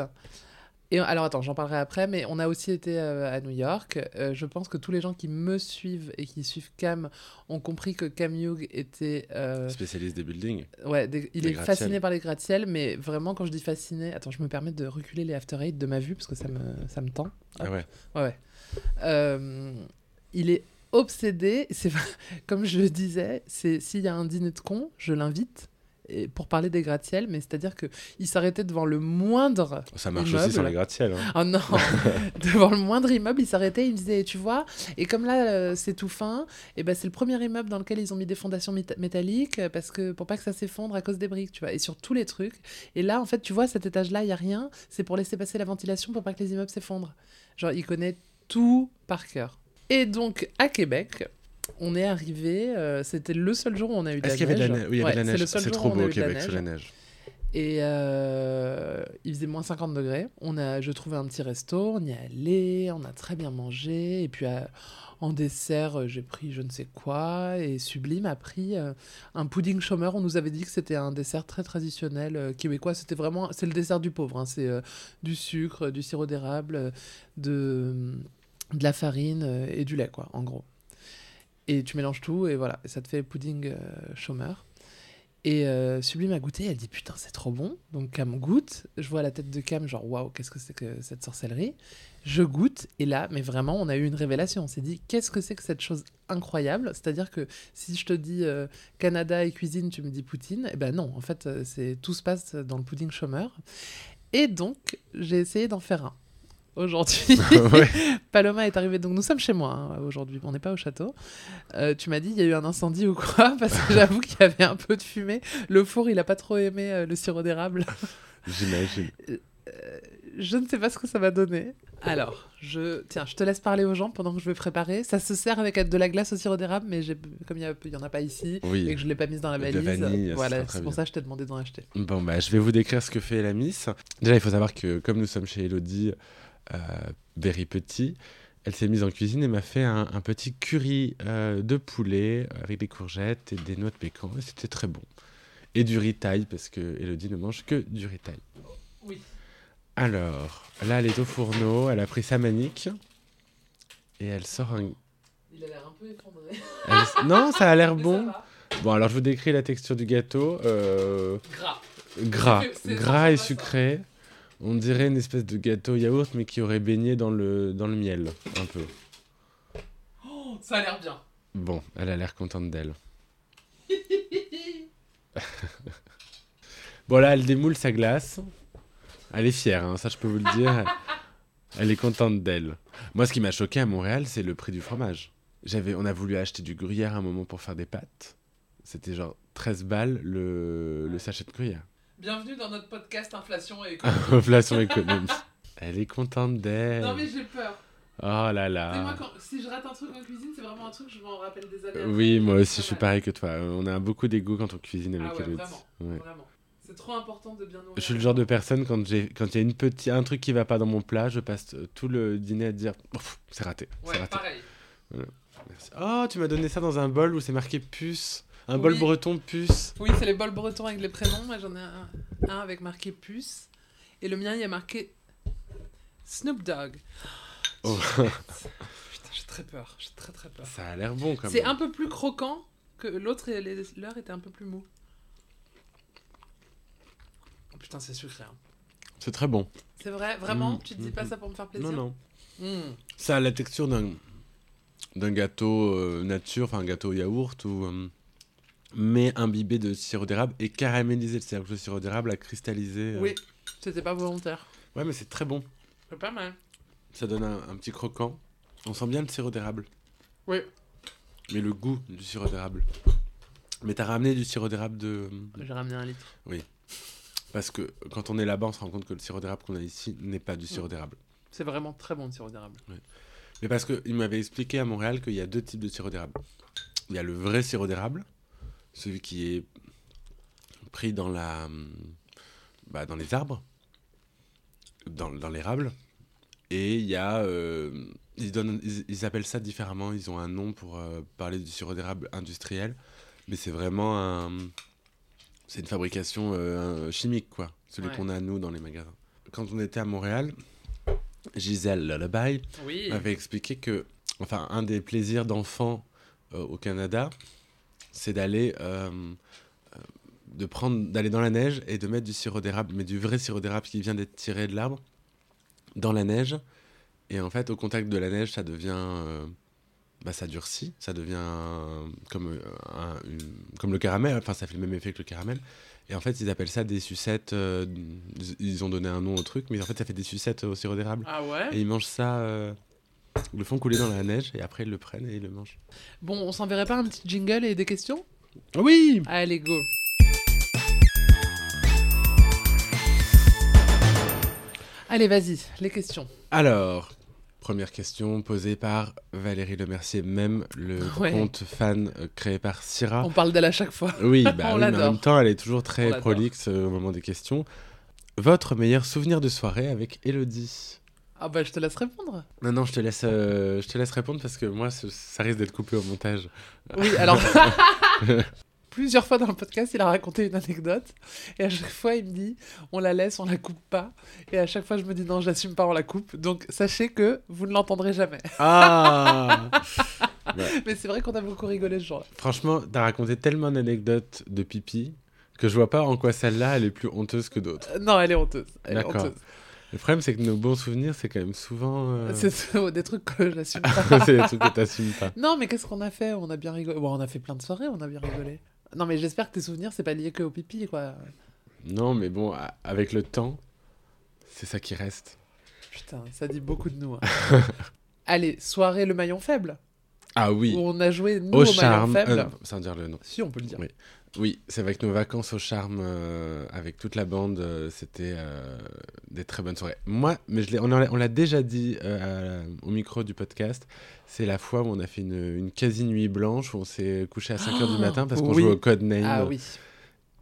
[SPEAKER 2] Et alors attends, j'en parlerai après, mais on a aussi été euh, à New York. Euh, je pense que tous les gens qui me suivent et qui suivent Cam ont compris que Cam Hughes était... euh,
[SPEAKER 1] Spécialiste des buildings.
[SPEAKER 2] ouais, des- il
[SPEAKER 1] Les
[SPEAKER 2] est
[SPEAKER 1] gratte-ciels.
[SPEAKER 2] fasciné par les gratte-ciels, mais vraiment quand je dis fasciné... Attends, je me permets de reculer les After Eight de ma vue, parce que ça me, ça me tend.
[SPEAKER 1] Ah ouais.
[SPEAKER 2] Ouais, ouais. Euh, il est obsédé. C'est vrai- comme je le disais, c'est s'il y a un dîner de con, je l'invite et- pour parler des gratte-ciel. Mais c'est-à-dire que il s'arrêtait devant le moindre.
[SPEAKER 1] Ça marche
[SPEAKER 2] Immeuble.
[SPEAKER 1] aussi sans les gratte-ciel. hein.
[SPEAKER 2] Oh non, devant le moindre immeuble, il s'arrêtait, il me disait, tu vois, et comme là euh, c'est tout fin, et ben c'est le premier immeuble dans lequel ils ont mis des fondations méta- métalliques euh, parce que pour pas que ça s'effondre à cause des briques, tu vois, et sur tous les trucs. Et là en fait, tu vois, cet étage-là, il y a rien, c'est pour laisser passer la ventilation pour pas que les immeubles s'effondrent. Genre il connaît tout par cœur. Et donc à Québec, on est arrivé, euh, c'était le seul jour où on a eu de la
[SPEAKER 1] Est-ce
[SPEAKER 2] neige.
[SPEAKER 1] qu'il y avait de la neige Oui, il y avait de
[SPEAKER 2] Ouais,
[SPEAKER 1] la
[SPEAKER 2] le
[SPEAKER 1] neige.
[SPEAKER 2] seul
[SPEAKER 1] C'est
[SPEAKER 2] jour
[SPEAKER 1] trop
[SPEAKER 2] où on a
[SPEAKER 1] beau
[SPEAKER 2] eu
[SPEAKER 1] au
[SPEAKER 2] de la
[SPEAKER 1] Québec
[SPEAKER 2] neige.
[SPEAKER 1] sous la neige.
[SPEAKER 2] Et euh, il faisait moins 50 degrés. On a, je trouvais un petit resto, on y est allé, on a très bien mangé. Et puis à- en dessert, euh, j'ai pris je ne sais quoi. Et Sublime a pris euh, un pudding chômeur. On nous avait dit que c'était un dessert très traditionnel euh, québécois. C'était vraiment, c'est le dessert du pauvre. hein. C'est euh, du sucre, euh, du sirop d'érable, euh, de, de la farine euh, et du lait, quoi, en gros. Et tu mélanges tout et voilà, et ça te fait pudding euh, chômeur. Et euh, Sublime a goûté, elle dit putain c'est trop bon. Donc Cam goûte, je vois la tête de Cam genre waouh qu'est-ce que c'est que cette sorcellerie. Je goûte et là mais vraiment on a eu une révélation. On s'est dit qu'est-ce que c'est que cette chose incroyable. C'est-à-dire que si je te dis euh, Canada et cuisine, tu me dis Poutine. Eh ben non en fait euh, c'est tout se passe dans le pudding chômeur. Et donc j'ai essayé d'en faire un aujourd'hui.
[SPEAKER 1] Ouais.
[SPEAKER 2] Paloma est arrivée, donc nous sommes chez moi hein, aujourd'hui, on n'est pas au château. Euh, tu m'as dit, il y a eu un incendie ou quoi Parce que j'avoue qu'il y avait un peu de fumée. Le four, il a pas trop aimé euh, le sirop d'érable.
[SPEAKER 1] J'imagine.
[SPEAKER 2] Je ne sais pas ce que ça va donner. Alors, je tiens, je te laisse parler aux gens pendant que je vais préparer. Ça se sert avec de la glace au sirop d'érable, mais j'ai- comme il y, a- il y en a pas ici et
[SPEAKER 1] Oui.
[SPEAKER 2] que je l'ai pas mise dans la
[SPEAKER 1] De
[SPEAKER 2] valise,
[SPEAKER 1] vanille, ça
[SPEAKER 2] voilà,
[SPEAKER 1] sera très
[SPEAKER 2] c'est pour
[SPEAKER 1] bien.
[SPEAKER 2] ça que je t'ai demandé d'en acheter.
[SPEAKER 1] Bon, bah, je vais vous décrire ce que fait la Miss. Déjà, il faut savoir que comme nous sommes chez Elodie, euh, very petit, elle s'est mise en cuisine et m'a fait un, un petit curry euh, de poulet avec des courgettes et des noix de pécan. Et c'était très bon. Et du riz thaï, parce que Elodie ne mange que du riz thaï.
[SPEAKER 2] Oui.
[SPEAKER 1] Alors, là, elle est au fourneau, elle a pris sa manique et elle sort un.
[SPEAKER 2] Il a l'air un peu effondré.
[SPEAKER 1] elle- Non, ça a l'air bon. Bon, alors je vous décris la texture du gâteau. Euh,
[SPEAKER 2] Gras.
[SPEAKER 1] gras,
[SPEAKER 2] C'est- c'est
[SPEAKER 1] gras et
[SPEAKER 2] sympa, ça.
[SPEAKER 1] sucré. On dirait une espèce de gâteau yaourt, mais qui aurait baigné dans le, dans le miel, un peu.
[SPEAKER 2] Ça a l'air bien.
[SPEAKER 1] Bon, elle a l'air contente d'elle. bon, là, elle démoule sa glace. Elle est fière, hein, ça je peux vous le dire. Elle est contente d'elle. Moi, ce qui m'a choqué à Montréal, c'est le prix du fromage. J'avais, on a voulu acheter du gruyère à un moment pour faire des pâtes. C'était genre 13 balles le, le sachet de gruyère.
[SPEAKER 2] Bienvenue dans notre podcast Inflation et
[SPEAKER 1] Inflation économique. Elle est contente d'elle.
[SPEAKER 2] j'ai peur.
[SPEAKER 1] Oh là
[SPEAKER 2] Mais moi,
[SPEAKER 1] là.
[SPEAKER 2] quand- si je rate un truc en cuisine, c'est vraiment un truc, je m'en rappelle des années.
[SPEAKER 1] Euh,
[SPEAKER 2] après.
[SPEAKER 1] Oui, moi aussi,
[SPEAKER 2] C'est
[SPEAKER 1] je suis
[SPEAKER 2] mal.
[SPEAKER 1] pareil que toi. Euh, On a beaucoup d'ego quand on cuisine avec
[SPEAKER 2] Ah ouais,
[SPEAKER 1] Elodie.
[SPEAKER 2] vraiment.
[SPEAKER 1] Ouais.
[SPEAKER 2] Vraiment. C'est trop important de bien nourrir.
[SPEAKER 1] Je suis le genre de personne, quand j'ai- quand il y a une petit, un truc qui va pas dans mon plat, je passe euh, tout le dîner à dire Ouf, c'est raté. c'est
[SPEAKER 2] Ouais,
[SPEAKER 1] raté.
[SPEAKER 2] pareil.
[SPEAKER 1] Merci. Oh, tu m'as donné ça dans un bol où c'est marqué puce. Un bol
[SPEAKER 2] Oui.
[SPEAKER 1] breton puce.
[SPEAKER 2] Oui, c'est les bols bretons avec les prénoms. Moi, j'en ai un, un avec marqué puce. Et le mien, il y a marqué Snoop Dogg.
[SPEAKER 1] Oh.
[SPEAKER 2] Putain, j'ai très peur. J'ai très très peur.
[SPEAKER 1] Ça a l'air bon quand même.
[SPEAKER 2] C'est un peu plus croquant que l'autre et les- l'heure était un peu plus mou. Oh, Putain, c'est sucré. hein.
[SPEAKER 1] C'est très bon.
[SPEAKER 2] C'est vrai, vraiment
[SPEAKER 1] Mm,
[SPEAKER 2] Tu te dis
[SPEAKER 1] mm,
[SPEAKER 2] pas
[SPEAKER 1] mm.
[SPEAKER 2] ça pour me faire plaisir
[SPEAKER 1] Non, non.
[SPEAKER 2] Mm.
[SPEAKER 1] Ça a la texture d'un d'un gâteau euh, nature, enfin un gâteau yaourt ou euh, mais imbibé de sirop d'érable et caramélisé. C'est-à-dire que le sirop d'érable a cristallisé. euh.
[SPEAKER 2] Oui, c'était pas volontaire.
[SPEAKER 1] Ouais, mais c'est très bon.
[SPEAKER 2] C'est pas mal.
[SPEAKER 1] Ça donne un, un petit croquant. On sent bien le sirop d'érable.
[SPEAKER 2] Oui.
[SPEAKER 1] Mais le goût du sirop d'érable. Mais t'as ramené du sirop d'érable de
[SPEAKER 2] J'ai ramené un litre.
[SPEAKER 1] parce que quand on est là-bas, on se rend compte que le sirop d'érable qu'on a ici n'est pas du sirop d'érable.
[SPEAKER 2] C'est vraiment très bon le sirop d'érable.
[SPEAKER 1] Mais parce qu'il m'avait expliqué à Montréal qu'il y a deux types de sirop d'érable. Il y a le vrai sirop d'érable, celui qui est pris dans, la, hum, bah, dans les arbres, dans, dans l'érable. Et il y a. euh, ils, donnent, ils, ils appellent ça différemment, ils ont un nom pour euh, parler du sirop d'érable industriel. Mais c'est vraiment un. C'est une fabrication euh, un- chimique, quoi. Celui
[SPEAKER 2] Ouais.
[SPEAKER 1] qu'on a, nous, dans les magasins. Quand on était à Montréal, Gisèle Lullaby,
[SPEAKER 2] Oui.
[SPEAKER 1] m'avait expliqué que, enfin, un des plaisirs d'enfant euh, au Canada, c'est d'aller euh, euh, de prendre, d'aller dans la neige et de mettre du sirop d'érable, mais du vrai sirop d'érable qui vient d'être tiré de l'arbre, dans la neige. Et en fait, au contact de la neige, ça devient, euh, bah, ça durcit, ça devient euh, comme euh, un- une- comme le caramel. Enfin, ça fait le même effet que le caramel. Et en fait, ils appellent ça des sucettes. euh, ils ont donné un nom au truc, mais en fait, ça fait des sucettes au sirop d'érable.
[SPEAKER 2] Ah ouais
[SPEAKER 1] Et ils mangent ça, euh, ils le font couler dans la neige et après ils le prennent et ils le mangent.
[SPEAKER 2] Bon, on s'enverrait pas un petit jingle et des questions
[SPEAKER 1] Oui
[SPEAKER 2] Allez, go Allez, vas-y, les questions.
[SPEAKER 1] Alors, première question posée par Valérie Lemercier, même le
[SPEAKER 2] Ouais.
[SPEAKER 1] compte fan euh, créé par Syrah.
[SPEAKER 2] On parle d'elle à chaque fois.
[SPEAKER 1] Oui, bah oui,
[SPEAKER 2] On
[SPEAKER 1] mais
[SPEAKER 2] l'adore.
[SPEAKER 1] en même temps, elle est toujours
[SPEAKER 2] On
[SPEAKER 1] très
[SPEAKER 2] l'adore.
[SPEAKER 1] prolixe euh, au moment des questions. Votre meilleur souvenir de soirée avec Elodie
[SPEAKER 2] Ah bah, je te laisse répondre.
[SPEAKER 1] Non, non, je te laisse, euh, je te laisse répondre parce que moi, ce- ça risque d'être coupé au montage.
[SPEAKER 2] Oui, alors... Plusieurs fois dans le podcast, il a raconté une anecdote. Et à chaque fois, il me dit, on la laisse, on la coupe pas. Et à chaque fois, je me dis, non, j'assume pas, on la coupe. Donc, sachez que vous ne l'entendrez jamais.
[SPEAKER 1] Ah
[SPEAKER 2] Mais c'est vrai qu'on a beaucoup rigolé ce jour-là.
[SPEAKER 1] Franchement, t'as raconté tellement d'anecdotes de pipi que je vois pas en quoi celle-là elle est plus honteuse que d'autres.
[SPEAKER 2] Euh, Non, elle est honteuse. Elle est
[SPEAKER 1] D'accord.
[SPEAKER 2] honteuse.
[SPEAKER 1] Le problème, c'est que nos bons souvenirs, c'est quand même souvent. euh,
[SPEAKER 2] C'est tout- des trucs que j'assume pas.
[SPEAKER 1] c'est des trucs que t'assumes pas.
[SPEAKER 2] Non, mais qu'est-ce qu'on a fait On a bien rigolé. Bon, on a fait plein de soirées, on a bien rigolé. Non, mais j'espère que tes souvenirs, c'est pas lié que au pipi, quoi.
[SPEAKER 1] Non, mais bon, a- avec le temps, c'est ça qui reste.
[SPEAKER 2] Putain, ça dit beaucoup de nous. hein. Allez, soirée le maillon faible.
[SPEAKER 1] Ah oui,
[SPEAKER 2] Où on a joué nous
[SPEAKER 1] au
[SPEAKER 2] au
[SPEAKER 1] charme.
[SPEAKER 2] maillon
[SPEAKER 1] euh,
[SPEAKER 2] faible.
[SPEAKER 1] non, sans dire le nom.
[SPEAKER 2] Si, on peut le dire.
[SPEAKER 1] Oui. Oui, c'est avec nos vacances au charme, euh, avec toute la bande, euh, c'était euh, des très bonnes soirées. Moi, mais je l'ai- on en l'a- on l'a déjà dit euh, à- au micro du podcast, c'est la fois où on a fait une, une quasi-nuit blanche, où on s'est couché à 5h du matin parce qu'on
[SPEAKER 2] Ah, oui.
[SPEAKER 1] jouait au Code Name
[SPEAKER 2] Ah oui,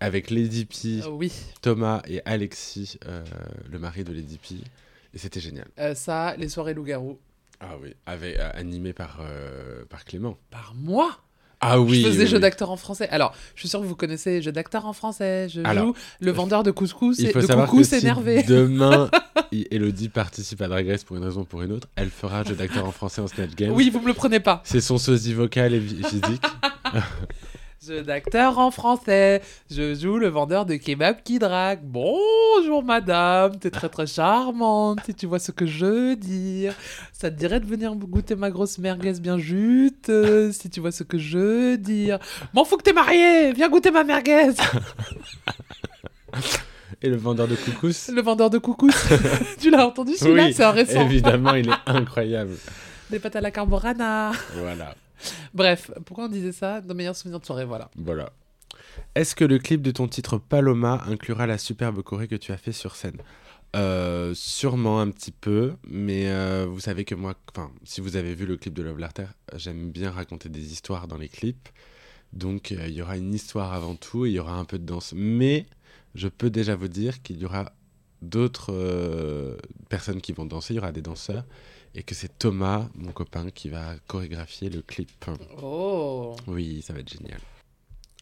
[SPEAKER 1] avec Lady P,
[SPEAKER 2] ah oui.
[SPEAKER 1] Thomas et Alexis, euh, le mari de Lady P. Et c'était génial.
[SPEAKER 2] Euh, ça, les soirées loup-garou.
[SPEAKER 1] Ah oui, avec, euh, animé par, euh, par Clément.
[SPEAKER 2] Par moi
[SPEAKER 1] Ah oui.
[SPEAKER 2] Je faisais
[SPEAKER 1] oui,
[SPEAKER 2] jeu
[SPEAKER 1] oui.
[SPEAKER 2] d'acteur en français. Alors, je suis sûr que vous connaissez jeu d'acteur en français. Je
[SPEAKER 1] Alors, euh,
[SPEAKER 2] joue le vendeur de couscous.
[SPEAKER 1] Il
[SPEAKER 2] Et,
[SPEAKER 1] faut
[SPEAKER 2] de
[SPEAKER 1] savoir
[SPEAKER 2] coucou,
[SPEAKER 1] que
[SPEAKER 2] c'est
[SPEAKER 1] si
[SPEAKER 2] énervé.
[SPEAKER 1] demain, I- Elodie participe à Drag Race pour une raison ou pour une autre, elle fera jeu d'acteur en français en Snatch Game.
[SPEAKER 2] Oui, vous me le prenez pas.
[SPEAKER 1] C'est son sosie vocal et vi- physique.
[SPEAKER 2] Jeu d'acteur en français. Je joue le vendeur de kebab qui drague. Bonjour madame, t'es très très charmante si tu vois ce que je veux dire. Ça te dirait de venir goûter ma grosse merguez bien jute euh, si tu vois ce que je veux dire. M'en fous que t'es mariée, viens goûter ma merguez.
[SPEAKER 1] Et le vendeur de couscous,
[SPEAKER 2] Le vendeur de coucous, tu l'as entendu celui-là
[SPEAKER 1] Oui,
[SPEAKER 2] C'est un récent.
[SPEAKER 1] évidemment, il est incroyable.
[SPEAKER 2] Des pâtes à la carbonara.
[SPEAKER 1] Voilà,
[SPEAKER 2] Bref, pourquoi on disait ça Nos meilleurs souvenirs de soirée, voilà.
[SPEAKER 1] voilà. Est-ce que le clip de ton titre Paloma inclura la superbe choré que tu as fait sur scène Euh, sûrement un petit peu, mais euh, vous savez que moi, enfin, si vous avez vu le clip de Love Letter, j'aime bien raconter des histoires dans les clips. Donc euh, il y aura une histoire avant tout et il y aura un peu de danse. Mais je peux déjà vous dire qu'il y aura d'autres euh, personnes qui vont danser, il y aura des danseurs, et que c'est Thomas, mon copain, qui va chorégraphier le clip.
[SPEAKER 2] Oh,
[SPEAKER 1] Oui, ça va être génial.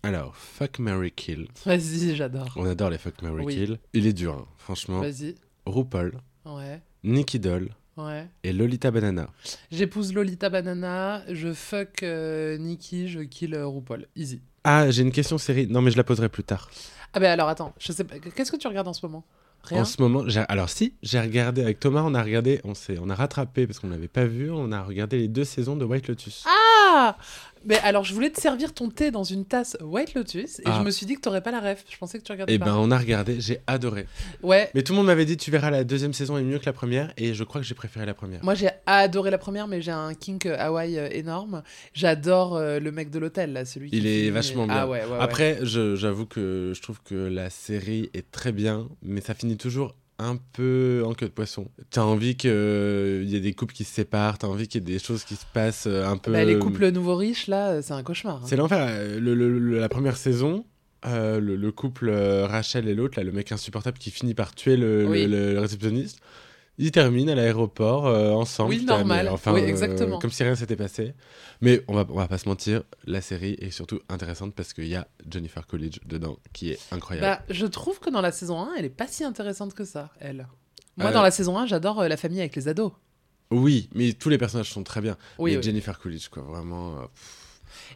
[SPEAKER 1] Alors, Fuck Mary Kill.
[SPEAKER 2] vas-y, j'adore.
[SPEAKER 1] On adore les Fuck Mary
[SPEAKER 2] Oui.
[SPEAKER 1] Kill. Il est dur, hein, franchement.
[SPEAKER 2] Vas-y,
[SPEAKER 1] RuPaul,
[SPEAKER 2] ouais,
[SPEAKER 1] Nicky Doll
[SPEAKER 2] ouais.
[SPEAKER 1] et Lolita Banana.
[SPEAKER 2] J'épouse Lolita Banana, je fuck euh, Nikki, je kill euh, RuPaul. Easy.
[SPEAKER 1] Ah, j'ai une question série. Non, mais je la poserai plus tard.
[SPEAKER 2] Ah ben alors attends, je sais pas, qu'est-ce que tu regardes en ce moment Rien.
[SPEAKER 1] En ce moment, j'ai- alors si, j'ai regardé avec Thomas, on a regardé, on s'est, on a rattrapé parce qu'on l'avait pas vu, on a regardé les deux saisons de White Lotus.
[SPEAKER 2] Ah Mais alors je voulais te servir ton thé dans une tasse White Lotus et
[SPEAKER 1] Ah.
[SPEAKER 2] je me suis dit que t'aurais pas la ref. Je pensais que tu regardais
[SPEAKER 1] et
[SPEAKER 2] pas.
[SPEAKER 1] ben, on a regardé, j'ai adoré.
[SPEAKER 2] Ouais.
[SPEAKER 1] Mais tout le monde m'avait dit, tu verras, la deuxième saison est mieux que la première, et je crois que j'ai préféré la première.
[SPEAKER 2] Moi j'ai adoré la première, mais j'ai un kink euh, Hawaï euh, énorme. J'adore euh, le mec de l'hôtel là, celui. qui
[SPEAKER 1] Il est
[SPEAKER 2] finit-
[SPEAKER 1] vachement
[SPEAKER 2] Ah
[SPEAKER 1] bien.
[SPEAKER 2] ouais, ouais, ouais.
[SPEAKER 1] Après, je- j'avoue que je trouve que la série est très bien, mais ça finit toujours un peu en queue de poisson. T'as envie qu'il y ait des couples qui se séparent, t'as envie qu'il y ait des choses qui se passent euh, un peu.
[SPEAKER 2] Bah, les couples nouveaux riches là, euh, c'est un cauchemar. hein.
[SPEAKER 1] C'est l'enfer. euh, le- le- le- la première saison, euh, le, le couple euh, Rachel et l'autre, là, le mec insupportable qui finit par tuer le,
[SPEAKER 2] Oui.
[SPEAKER 1] le- le réceptionniste, ils terminent à l'aéroport euh, ensemble.
[SPEAKER 2] Oui,
[SPEAKER 1] Putain,
[SPEAKER 2] normal.
[SPEAKER 1] mais Enfin,
[SPEAKER 2] Oui,
[SPEAKER 1] euh,
[SPEAKER 2] exactement.
[SPEAKER 1] comme si rien s'était passé. Mais on va, on va pas se mentir, la série est surtout intéressante parce qu'il y a Jennifer Coolidge dedans qui est incroyable.
[SPEAKER 2] Bah, je trouve que dans la saison 1, elle est pas si intéressante que ça, elle. Moi,
[SPEAKER 1] Euh,
[SPEAKER 2] dans la saison 1, j'adore euh, la famille avec les ados.
[SPEAKER 1] Oui, mais tous les personnages sont très bien.
[SPEAKER 2] Oui,
[SPEAKER 1] mais
[SPEAKER 2] oui.
[SPEAKER 1] Jennifer Coolidge, quoi, vraiment. euh, pff.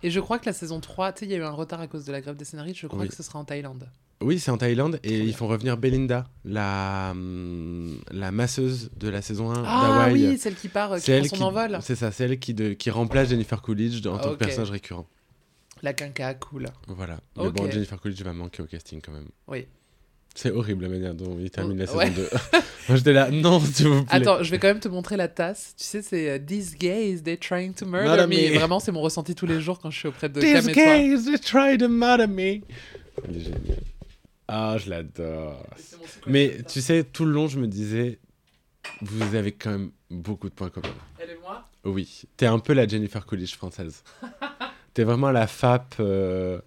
[SPEAKER 2] Et je crois que la saison 3, tu sais, il y a eu un retard à cause de la grève des scénaristes, je crois
[SPEAKER 1] Oui.
[SPEAKER 2] que ce sera en Thaïlande.
[SPEAKER 1] Oui, c'est en Thaïlande et
[SPEAKER 2] bien.
[SPEAKER 1] ils font revenir Belinda, la, hum, la masseuse de la saison 1
[SPEAKER 2] Ah
[SPEAKER 1] d'Hawaï.
[SPEAKER 2] oui, celle qui part, euh, qui prend son envol.
[SPEAKER 1] C'est ça, celle qui, de, qui remplace Jennifer Coolidge en
[SPEAKER 2] Ah,
[SPEAKER 1] tant
[SPEAKER 2] ok.
[SPEAKER 1] que personnage récurrent.
[SPEAKER 2] La quinca, cool.
[SPEAKER 1] Voilà.
[SPEAKER 2] Ok.
[SPEAKER 1] Mais bon, Jennifer Coolidge va manquer au casting quand même.
[SPEAKER 2] Oui. Oh,
[SPEAKER 1] C'est horrible la manière dont il termine la
[SPEAKER 2] Ouais.
[SPEAKER 1] saison 2. Moi j'étais là, non, s'il vous plaît.
[SPEAKER 2] Attends, je vais quand même te montrer la tasse. Tu sais, c'est euh, These gays, they trying to murder
[SPEAKER 1] Murder me.
[SPEAKER 2] me. Vraiment, c'est mon ressenti tous les jours quand je suis auprès de Cam
[SPEAKER 1] These
[SPEAKER 2] et toi.
[SPEAKER 1] gays, they try to murder me. Il est génial. Ah, je l'adore. Mais tu sais, tout le long, je me disais, vous avez quand même beaucoup de points communs.
[SPEAKER 2] Elle et moi
[SPEAKER 1] Oui, t'es un peu la Jennifer Coolidge française. t'es vraiment la FAP euh,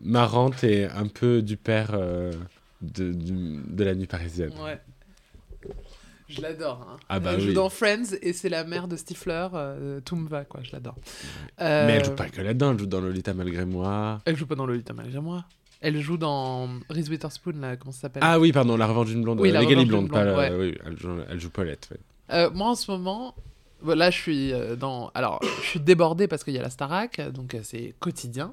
[SPEAKER 1] marrante et un peu du père euh, de, du- de la nuit parisienne.
[SPEAKER 2] Ouais. Je l'adore. hein.
[SPEAKER 1] Ah bah
[SPEAKER 2] elle joue
[SPEAKER 1] oui.
[SPEAKER 2] dans Friends et c'est la mère de Stifler, euh, Toumva, quoi. Je l'adore.
[SPEAKER 1] Mais
[SPEAKER 2] Euh,
[SPEAKER 1] elle joue pas que là-dedans, elle joue dans Lolita malgré moi.
[SPEAKER 2] Elle joue pas dans Lolita malgré moi. Elle joue dans Reese Witherspoon, là, comment ça s'appelle
[SPEAKER 1] Ah oui, pardon, La Revanche d'une blonde.
[SPEAKER 2] Oui,
[SPEAKER 1] euh,
[SPEAKER 2] La
[SPEAKER 1] Legally
[SPEAKER 2] Revanche
[SPEAKER 1] blonde,
[SPEAKER 2] d'une
[SPEAKER 1] pas
[SPEAKER 2] blonde,
[SPEAKER 1] la- oui, elle, joue, elle joue Paulette. ouais.
[SPEAKER 2] Euh, Moi, en ce moment, bon, là, je suis euh, dans. Alors, je suis débordée parce qu'il y a la Starac, donc euh, c'est quotidien.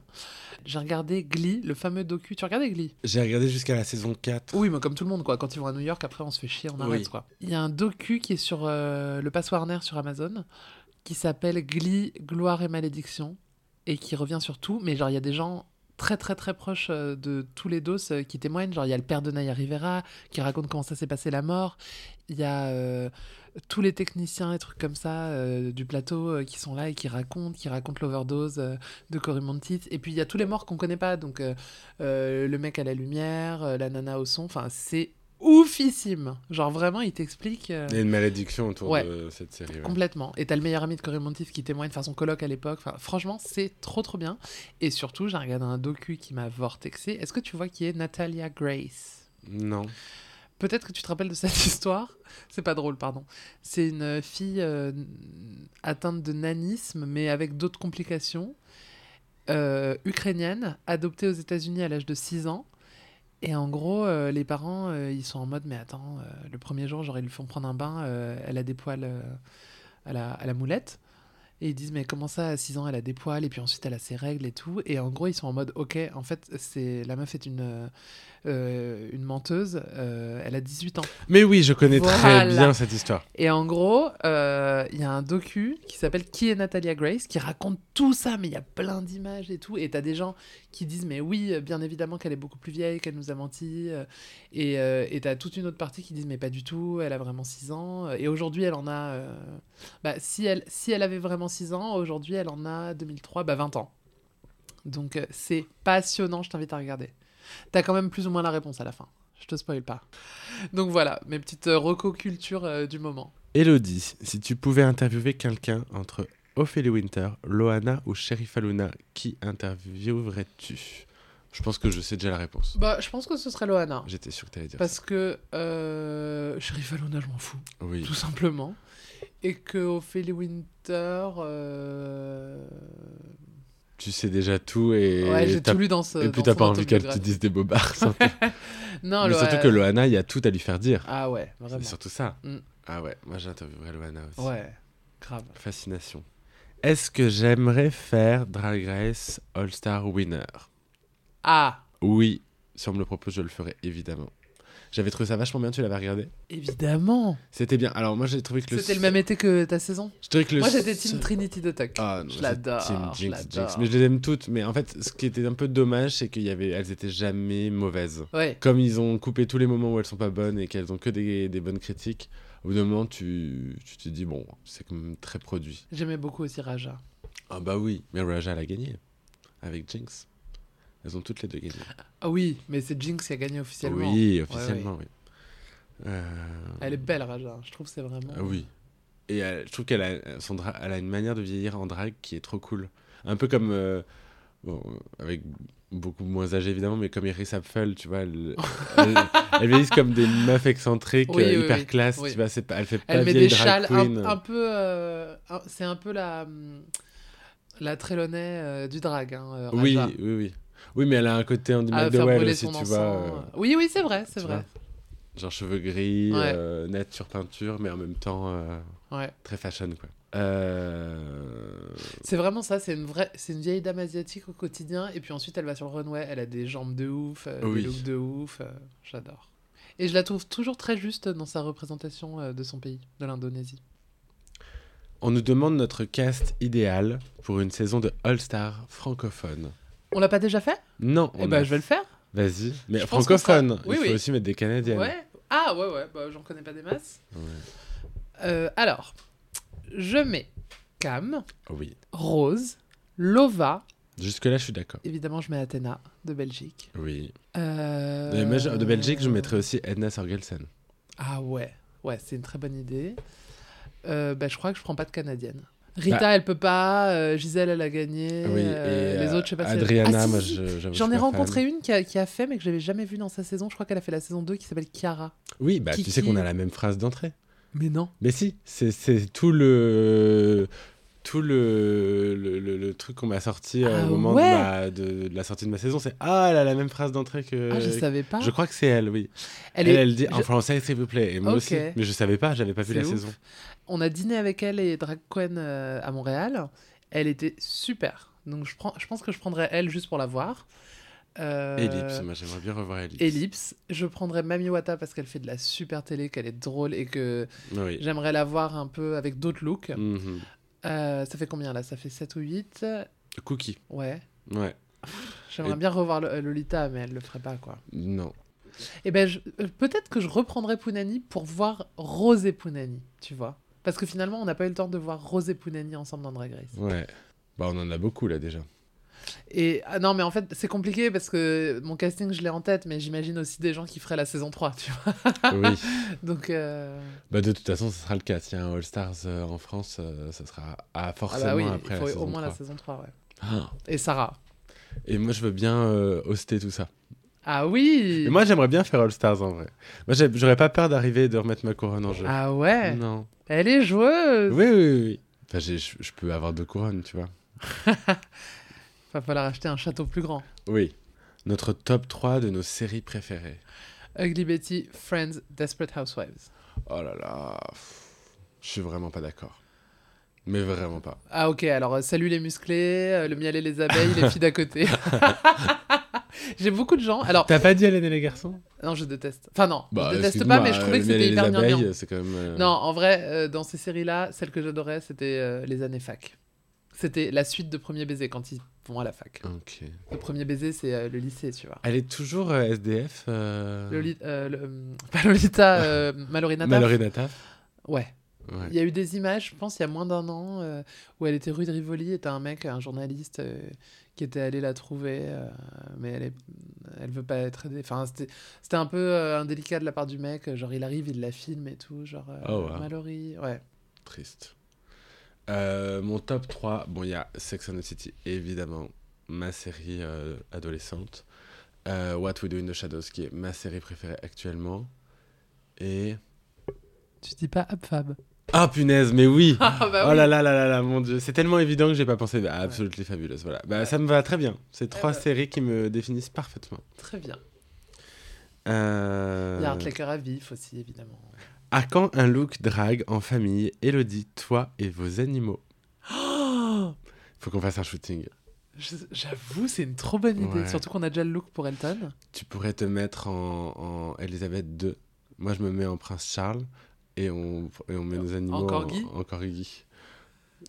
[SPEAKER 2] J'ai regardé Glee, le fameux docu. Tu regardais Glee
[SPEAKER 1] J'ai regardé jusqu'à la saison 4.
[SPEAKER 2] Oui, mais comme tout le monde, quoi. Quand ils vont à New York, après, on se fait chier, on
[SPEAKER 1] Oui.
[SPEAKER 2] arrête, quoi. Il y a un docu qui est sur euh, le Pass Warner sur Amazon qui s'appelle Glee, Gloire et Malédiction et qui revient sur tout. Mais genre, il y a des gens très, très, très proches euh, de tous les dos euh, qui témoignent. Genre, il y a le père de Naya Rivera qui raconte comment ça s'est passé la mort. Il y a euh, tous les techniciens et trucs comme ça euh, du plateau euh, qui sont là et qui racontent, qui racontent l'overdose euh, de Corymantide. Et puis il y a tous les morts qu'on connaît pas, donc euh, euh, le mec à la lumière, euh, la nana au son, enfin c'est oufissime. Genre vraiment, il t'explique. euh,
[SPEAKER 1] Il y a une malédiction autour
[SPEAKER 2] Ouais.
[SPEAKER 1] de cette série. ouais.
[SPEAKER 2] Complètement. Et t'as le meilleur ami de Corey Monteith qui témoigne de faire son colloque à l'époque. Enfin, franchement, c'est trop trop bien. Et surtout, j'ai regardé un docu qui m'a vortexé. Est-ce que tu vois qui est Natalia Grace
[SPEAKER 1] Non.
[SPEAKER 2] Peut-être que tu te rappelles de cette histoire. C'est pas drôle, pardon. C'est une fille euh, atteinte de nanisme, mais avec d'autres complications. euh, ukrainienne, adoptée aux États-Unis à l'âge de 6 ans. Et en gros, euh, les parents, euh, ils sont en mode, mais attends, euh, le premier jour, genre, ils lui font prendre un bain, euh, elle a des poils euh, à, la, à la moulette. Et ils disent, mais comment ça, à 6 ans, elle a des poils, et puis ensuite, elle a ses règles et tout. Et en gros, ils sont en mode, ok, en fait, c'est la meuf est une, euh, euh, une menteuse, euh, elle a 18 ans.
[SPEAKER 1] Mais oui, je connais
[SPEAKER 2] Voilà.
[SPEAKER 1] très bien cette histoire.
[SPEAKER 2] Et en gros, euh, il y a un docu qui s'appelle Qui est Natalia Grace qui raconte tout ça, mais il y a plein d'images et tout. Et t'as des gens qui disent Mais oui, euh, bien évidemment qu'elle est beaucoup plus vieille, qu'elle nous a menti. euh, Et euh, et t'as toute une autre partie qui disent Mais pas du tout, elle a vraiment 6 ans. Et aujourd'hui, elle en a. euh, Bah, si, elle, si elle avait vraiment 6 ans, aujourd'hui, elle en a 2003, bah 20 ans. Donc euh, c'est passionnant, je t'invite à regarder. T'as quand même plus ou moins la réponse à la fin. Je te spoil pas. Donc voilà, mes petites euh, reco-cultures euh, du moment.
[SPEAKER 1] Elodie, si tu pouvais interviewer quelqu'un entre Ophélie Winter, Loana ou Sheriff Aluna, qui interviewerais-tu Je pense que je sais déjà la réponse.
[SPEAKER 2] Bah, je pense que ce serait Loana.
[SPEAKER 1] J'étais sûr que t'allais dire
[SPEAKER 2] Parce que euh, Sheriff Alona, je m'en fous,
[SPEAKER 1] ça. Oui.
[SPEAKER 2] tout simplement. Et que Ophélie Winter. euh,
[SPEAKER 1] Tu sais déjà tout et
[SPEAKER 2] ouais, j'ai
[SPEAKER 1] t'as-
[SPEAKER 2] tout lu dans ce.
[SPEAKER 1] et puis
[SPEAKER 2] dans
[SPEAKER 1] t'as
[SPEAKER 2] son
[SPEAKER 1] pas envie qu'elle te
[SPEAKER 2] autobiographie.
[SPEAKER 1] dise des bobards. sans-
[SPEAKER 2] Non,
[SPEAKER 1] Mais
[SPEAKER 2] Loana-
[SPEAKER 1] surtout que Loana, il y a tout à lui faire dire.
[SPEAKER 2] Ah ouais, vraiment.
[SPEAKER 1] C'est surtout ça.
[SPEAKER 2] Mm.
[SPEAKER 1] Ah ouais, moi j'interviewerais Loana aussi.
[SPEAKER 2] Ouais, grave.
[SPEAKER 1] Fascination. Est-ce que j'aimerais faire Drag Race All Star Winner
[SPEAKER 2] Ah,
[SPEAKER 1] Oui, si on me le propose, je le ferai évidemment. J'avais trouvé ça vachement bien, tu l'avais regardé
[SPEAKER 2] évidemment.
[SPEAKER 1] C'était bien. Alors moi j'ai trouvé que le
[SPEAKER 2] C'était le même été que ta saison.
[SPEAKER 1] Je trouvais que le
[SPEAKER 2] Moi, j'étais
[SPEAKER 1] seul-
[SPEAKER 2] Team Trinity de Tuck.
[SPEAKER 1] Ah non,
[SPEAKER 2] Je
[SPEAKER 1] c'est
[SPEAKER 2] l'adore,
[SPEAKER 1] Team
[SPEAKER 2] je
[SPEAKER 1] Jinx,
[SPEAKER 2] l'adore.
[SPEAKER 1] Jinx. Mais je les aime toutes. Mais en fait, ce qui était un peu dommage, c'est qu'il y avait, elles étaient jamais mauvaises.
[SPEAKER 2] Ouais.
[SPEAKER 1] Comme ils ont coupé tous les moments où elles sont pas bonnes et qu'elles ont que des, des bonnes critiques, au bout d'un moment, tu, tu te dis bon, c'est quand même très produit.
[SPEAKER 2] J'aimais beaucoup aussi Raja.
[SPEAKER 1] Ah bah oui, mais Raja l'a gagné avec Jinx. Elles ont toutes les deux gagné.
[SPEAKER 2] Ah oui, mais c'est Jinx qui a gagné officiellement.
[SPEAKER 1] Oui, officiellement, oui. Euh,
[SPEAKER 2] Elle est belle, Raja. Je trouve que c'est vraiment.
[SPEAKER 1] Ah oui. Et elle- je trouve qu'elle a, son dra- elle a une manière de vieillir en drague qui est trop cool. Un peu comme. euh, bon, avec beaucoup moins âgé évidemment, mais comme Iris Apfel, tu vois. Elle, elle, elle vieillissent comme des meufs excentriques,
[SPEAKER 2] Oui,
[SPEAKER 1] euh,
[SPEAKER 2] oui,
[SPEAKER 1] hyper
[SPEAKER 2] oui,
[SPEAKER 1] classe,
[SPEAKER 2] oui.
[SPEAKER 1] tu vois. c'est pas- elle fait pas
[SPEAKER 2] Elle met
[SPEAKER 1] vieille
[SPEAKER 2] des
[SPEAKER 1] drag
[SPEAKER 2] châles un,
[SPEAKER 1] queen.
[SPEAKER 2] un peu. euh, un- c'est un peu la. hum, La Trelawney euh, du drag. Hein, euh, Raja.
[SPEAKER 1] oui, oui, oui. Oui, mais elle a un côté Andy
[SPEAKER 2] À faire
[SPEAKER 1] McDowell
[SPEAKER 2] brûler
[SPEAKER 1] aussi,
[SPEAKER 2] son
[SPEAKER 1] tu
[SPEAKER 2] encens.
[SPEAKER 1] vois. euh,
[SPEAKER 2] Oui, oui, c'est vrai, c'est
[SPEAKER 1] tu
[SPEAKER 2] vrai.
[SPEAKER 1] genre cheveux gris,
[SPEAKER 2] Ouais.
[SPEAKER 1] euh, nature peinture, mais en même temps euh,
[SPEAKER 2] Ouais.
[SPEAKER 1] très fashion, quoi. Euh,
[SPEAKER 2] C'est vraiment ça, c'est une, vraie, c'est une vieille dame asiatique au quotidien. Et puis ensuite, elle va sur le runway, elle a des jambes de ouf, euh,
[SPEAKER 1] Oui.
[SPEAKER 2] des looks de ouf. euh, j'adore. Et je la trouve toujours très juste dans sa représentation euh, de son pays, de l'Indonésie.
[SPEAKER 1] On nous demande notre cast idéal pour une saison de All Star francophone.
[SPEAKER 2] On l'a pas déjà fait
[SPEAKER 1] Non,
[SPEAKER 2] Eh
[SPEAKER 1] on
[SPEAKER 2] ben,
[SPEAKER 1] a-
[SPEAKER 2] je vais le faire.
[SPEAKER 1] Vas-y, mais
[SPEAKER 2] Je pense qu'on
[SPEAKER 1] francophone.
[SPEAKER 2] sera-
[SPEAKER 1] Il
[SPEAKER 2] Oui,
[SPEAKER 1] faut
[SPEAKER 2] oui.
[SPEAKER 1] aussi mettre des Canadiennes.
[SPEAKER 2] Ouais. Ah ouais ouais, bah, j'en connais pas des masses. Euh, alors, je mets Cam,
[SPEAKER 1] Oh oui.
[SPEAKER 2] Rose, Lova,
[SPEAKER 1] Jusque là, je suis d'accord.
[SPEAKER 2] évidemment je mets Athéna de Belgique.
[SPEAKER 1] Oui.
[SPEAKER 2] Euh,
[SPEAKER 1] Et moi, je- de Belgique, je mettrais aussi Edna Sorgelsen.
[SPEAKER 2] Ah ouais, ouais, c'est une très bonne idée. Euh, bah, je crois que je prends pas de canadienne. Rita,
[SPEAKER 1] Bah.
[SPEAKER 2] elle peut pas. euh, Gisèle, elle a gagné.
[SPEAKER 1] oui.
[SPEAKER 2] euh,
[SPEAKER 1] et,
[SPEAKER 2] les
[SPEAKER 1] euh,
[SPEAKER 2] autres, je sais pas. si elles-
[SPEAKER 1] Adriana,
[SPEAKER 2] Ah, si,
[SPEAKER 1] moi,
[SPEAKER 2] si,
[SPEAKER 1] je-
[SPEAKER 2] si.
[SPEAKER 1] j'avoue, je
[SPEAKER 2] J'en
[SPEAKER 1] suis
[SPEAKER 2] ai
[SPEAKER 1] pas
[SPEAKER 2] rencontré
[SPEAKER 1] fan.
[SPEAKER 2] une qui a, qui a fait, mais que j'avais jamais vue dans sa saison. Je crois qu'elle a fait la saison 2 qui s'appelle Chiara.
[SPEAKER 1] Oui, bah, tu
[SPEAKER 2] Kiki.
[SPEAKER 1] sais qu'on a la même phrase d'entrée.
[SPEAKER 2] Mais non.
[SPEAKER 1] Mais si, c'est- c'est tout le. Tout le, le, le- le truc qu'on m'a sorti euh,
[SPEAKER 2] Ah
[SPEAKER 1] au moment de
[SPEAKER 2] ouais.
[SPEAKER 1] ma- de, de la sortie de ma saison, c'est Ah, elle a la même phrase d'entrée que.
[SPEAKER 2] Ah, je savais pas.
[SPEAKER 1] Euh, Je crois que c'est elle, oui.
[SPEAKER 2] Elle
[SPEAKER 1] Elle,
[SPEAKER 2] est-
[SPEAKER 1] elle dit en
[SPEAKER 2] je-
[SPEAKER 1] français, s'il vous plaît. Et moi
[SPEAKER 2] Ok.
[SPEAKER 1] aussi. Mais je savais pas, j'avais pas vu
[SPEAKER 2] C'est
[SPEAKER 1] la
[SPEAKER 2] ouf.
[SPEAKER 1] saison.
[SPEAKER 2] On a dîné avec elle et Drag Queen euh, à Montréal. Elle était super. Donc je, prends, je pense que je prendrais elle juste pour la voir. Euh,
[SPEAKER 1] Ellipse, moi j'aimerais bien revoir Ellipse.
[SPEAKER 2] Ellipse. Je prendrais Mami Wata parce qu'elle fait de la super télé, qu'elle est drôle et que
[SPEAKER 1] Oui.
[SPEAKER 2] j'aimerais la voir un peu avec d'autres looks.
[SPEAKER 1] Mhm.
[SPEAKER 2] Euh, ça fait combien là Ça fait 7 ou 8
[SPEAKER 1] Cookie.
[SPEAKER 2] Ouais.
[SPEAKER 1] Ouais.
[SPEAKER 2] J'aimerais
[SPEAKER 1] Et-
[SPEAKER 2] bien revoir le- Lolita, mais elle le ferait pas quoi.
[SPEAKER 1] Non.
[SPEAKER 2] Eh ben, je- euh, peut-être que je reprendrai Pounani pour voir Rose et Pounani, tu vois. Parce que finalement, on n'a pas eu le temps de voir Rose et Pounani ensemble dans Drag Race.
[SPEAKER 1] Ouais. Bah, on en a beaucoup là déjà.
[SPEAKER 2] Et ah non, mais en fait, c'est compliqué parce que mon casting, je l'ai en tête, mais j'imagine aussi des gens qui feraient la saison 3, tu vois.
[SPEAKER 1] oui.
[SPEAKER 2] Donc, euh,
[SPEAKER 1] Bah, de toute façon, ce sera le cas. S'il y a un All Stars euh, en France, euh, ça sera ah,
[SPEAKER 2] ah
[SPEAKER 1] forcément
[SPEAKER 2] bah oui,
[SPEAKER 1] après
[SPEAKER 2] il
[SPEAKER 1] la
[SPEAKER 2] faut
[SPEAKER 1] saison
[SPEAKER 2] au moins la
[SPEAKER 1] 3.
[SPEAKER 2] saison 3, ouais.
[SPEAKER 1] Ah.
[SPEAKER 2] Et Sarah.
[SPEAKER 1] Et moi, je veux bien euh, hoster tout ça.
[SPEAKER 2] Ah oui
[SPEAKER 1] Et moi, j'aimerais bien faire All Stars en vrai. Moi, j'ai- j'aurais pas peur d'arriver et de remettre ma couronne en jeu.
[SPEAKER 2] Ah ouais Euh.
[SPEAKER 1] Non.
[SPEAKER 2] Elle est joueuse
[SPEAKER 1] Oui, oui, oui, oui. Enfin, j'ai- je je peux avoir deux couronnes, tu vois.
[SPEAKER 2] Va falloir acheter un château plus grand.
[SPEAKER 1] Oui. Notre top 3 de nos séries préférées.
[SPEAKER 2] Ugly Betty, Friends, Desperate Housewives.
[SPEAKER 1] Oh là là. pff, Je suis vraiment pas d'accord. Mais vraiment pas.
[SPEAKER 2] Ah ok, alors euh, salut les musclés, euh, le miel et les abeilles, les filles d'à côté. J'ai beaucoup de gens. Alors,
[SPEAKER 1] T'as pas dit Hélène et les garçons
[SPEAKER 2] non, je déteste. Enfin, non,
[SPEAKER 1] Bah,
[SPEAKER 2] je déteste
[SPEAKER 1] excuse-moi,
[SPEAKER 2] pas, mais je trouvais que
[SPEAKER 1] euh,
[SPEAKER 2] c'était
[SPEAKER 1] Miel et
[SPEAKER 2] hyper
[SPEAKER 1] les
[SPEAKER 2] gnangnan.
[SPEAKER 1] abeilles, C'est quand même. euh,
[SPEAKER 2] Non, en vrai, euh, dans ces séries-là, celle que j'adorais, c'était euh, les années fac. C'était la suite de Premier Baiser quand ils vont à la fac.
[SPEAKER 1] Ok.
[SPEAKER 2] Le Premier Baiser, c'est euh, le lycée, tu vois.
[SPEAKER 1] Elle est toujours euh, SDF. Euh...
[SPEAKER 2] Loli- euh, le- euh, pas Lolita, euh, Mallory Nataf.
[SPEAKER 1] Mallory Nataf.
[SPEAKER 2] Ouais.
[SPEAKER 1] Ouais.
[SPEAKER 2] Il y a eu des images, je pense, il y a moins d'un an, euh, où elle était rue de Rivoli et t'as un mec, un journaliste, euh, qui était allé la trouver, euh, mais elle, est, elle veut pas être aidée. Enfin, c'était c'était un peu euh, indélicat de la part du mec. Genre, il arrive, il la filme et tout. Genre, euh,
[SPEAKER 1] Oh, wow.
[SPEAKER 2] Mallory. Ouais.
[SPEAKER 1] Triste. Euh, mon top 3, bon, il y a Sex and the City, évidemment, ma série euh, adolescente. Euh, What We Do in the Shadows, qui est ma série préférée actuellement. Et.
[SPEAKER 2] Tu dis pas Abfab.
[SPEAKER 1] Ah punaise, mais oui!
[SPEAKER 2] Ah, bah
[SPEAKER 1] oh
[SPEAKER 2] oui.
[SPEAKER 1] là là là là là, mon dieu, c'est tellement évident que j'ai pas pensé. Bah, à Absolutely Fabulous, voilà. Bah, ça me va très bien. C'est trois
[SPEAKER 2] bah.
[SPEAKER 1] séries qui me définissent parfaitement.
[SPEAKER 2] Très bien.
[SPEAKER 1] Euh...
[SPEAKER 2] Il y a Heartlaker à vif aussi, évidemment.
[SPEAKER 1] À quand un look drague en famille Elodie, toi et vos animaux.
[SPEAKER 2] Oh
[SPEAKER 1] Faut qu'on fasse un shooting.
[SPEAKER 2] Je- J'avoue, c'est une trop bonne idée.
[SPEAKER 1] Ouais.
[SPEAKER 2] Surtout qu'on a déjà le look pour Elton.
[SPEAKER 1] Tu pourrais te mettre en, en Elisabeth II. Moi, je me mets en Prince Charles et on, et on met nos animaux
[SPEAKER 2] en corgi
[SPEAKER 1] En, en corgi.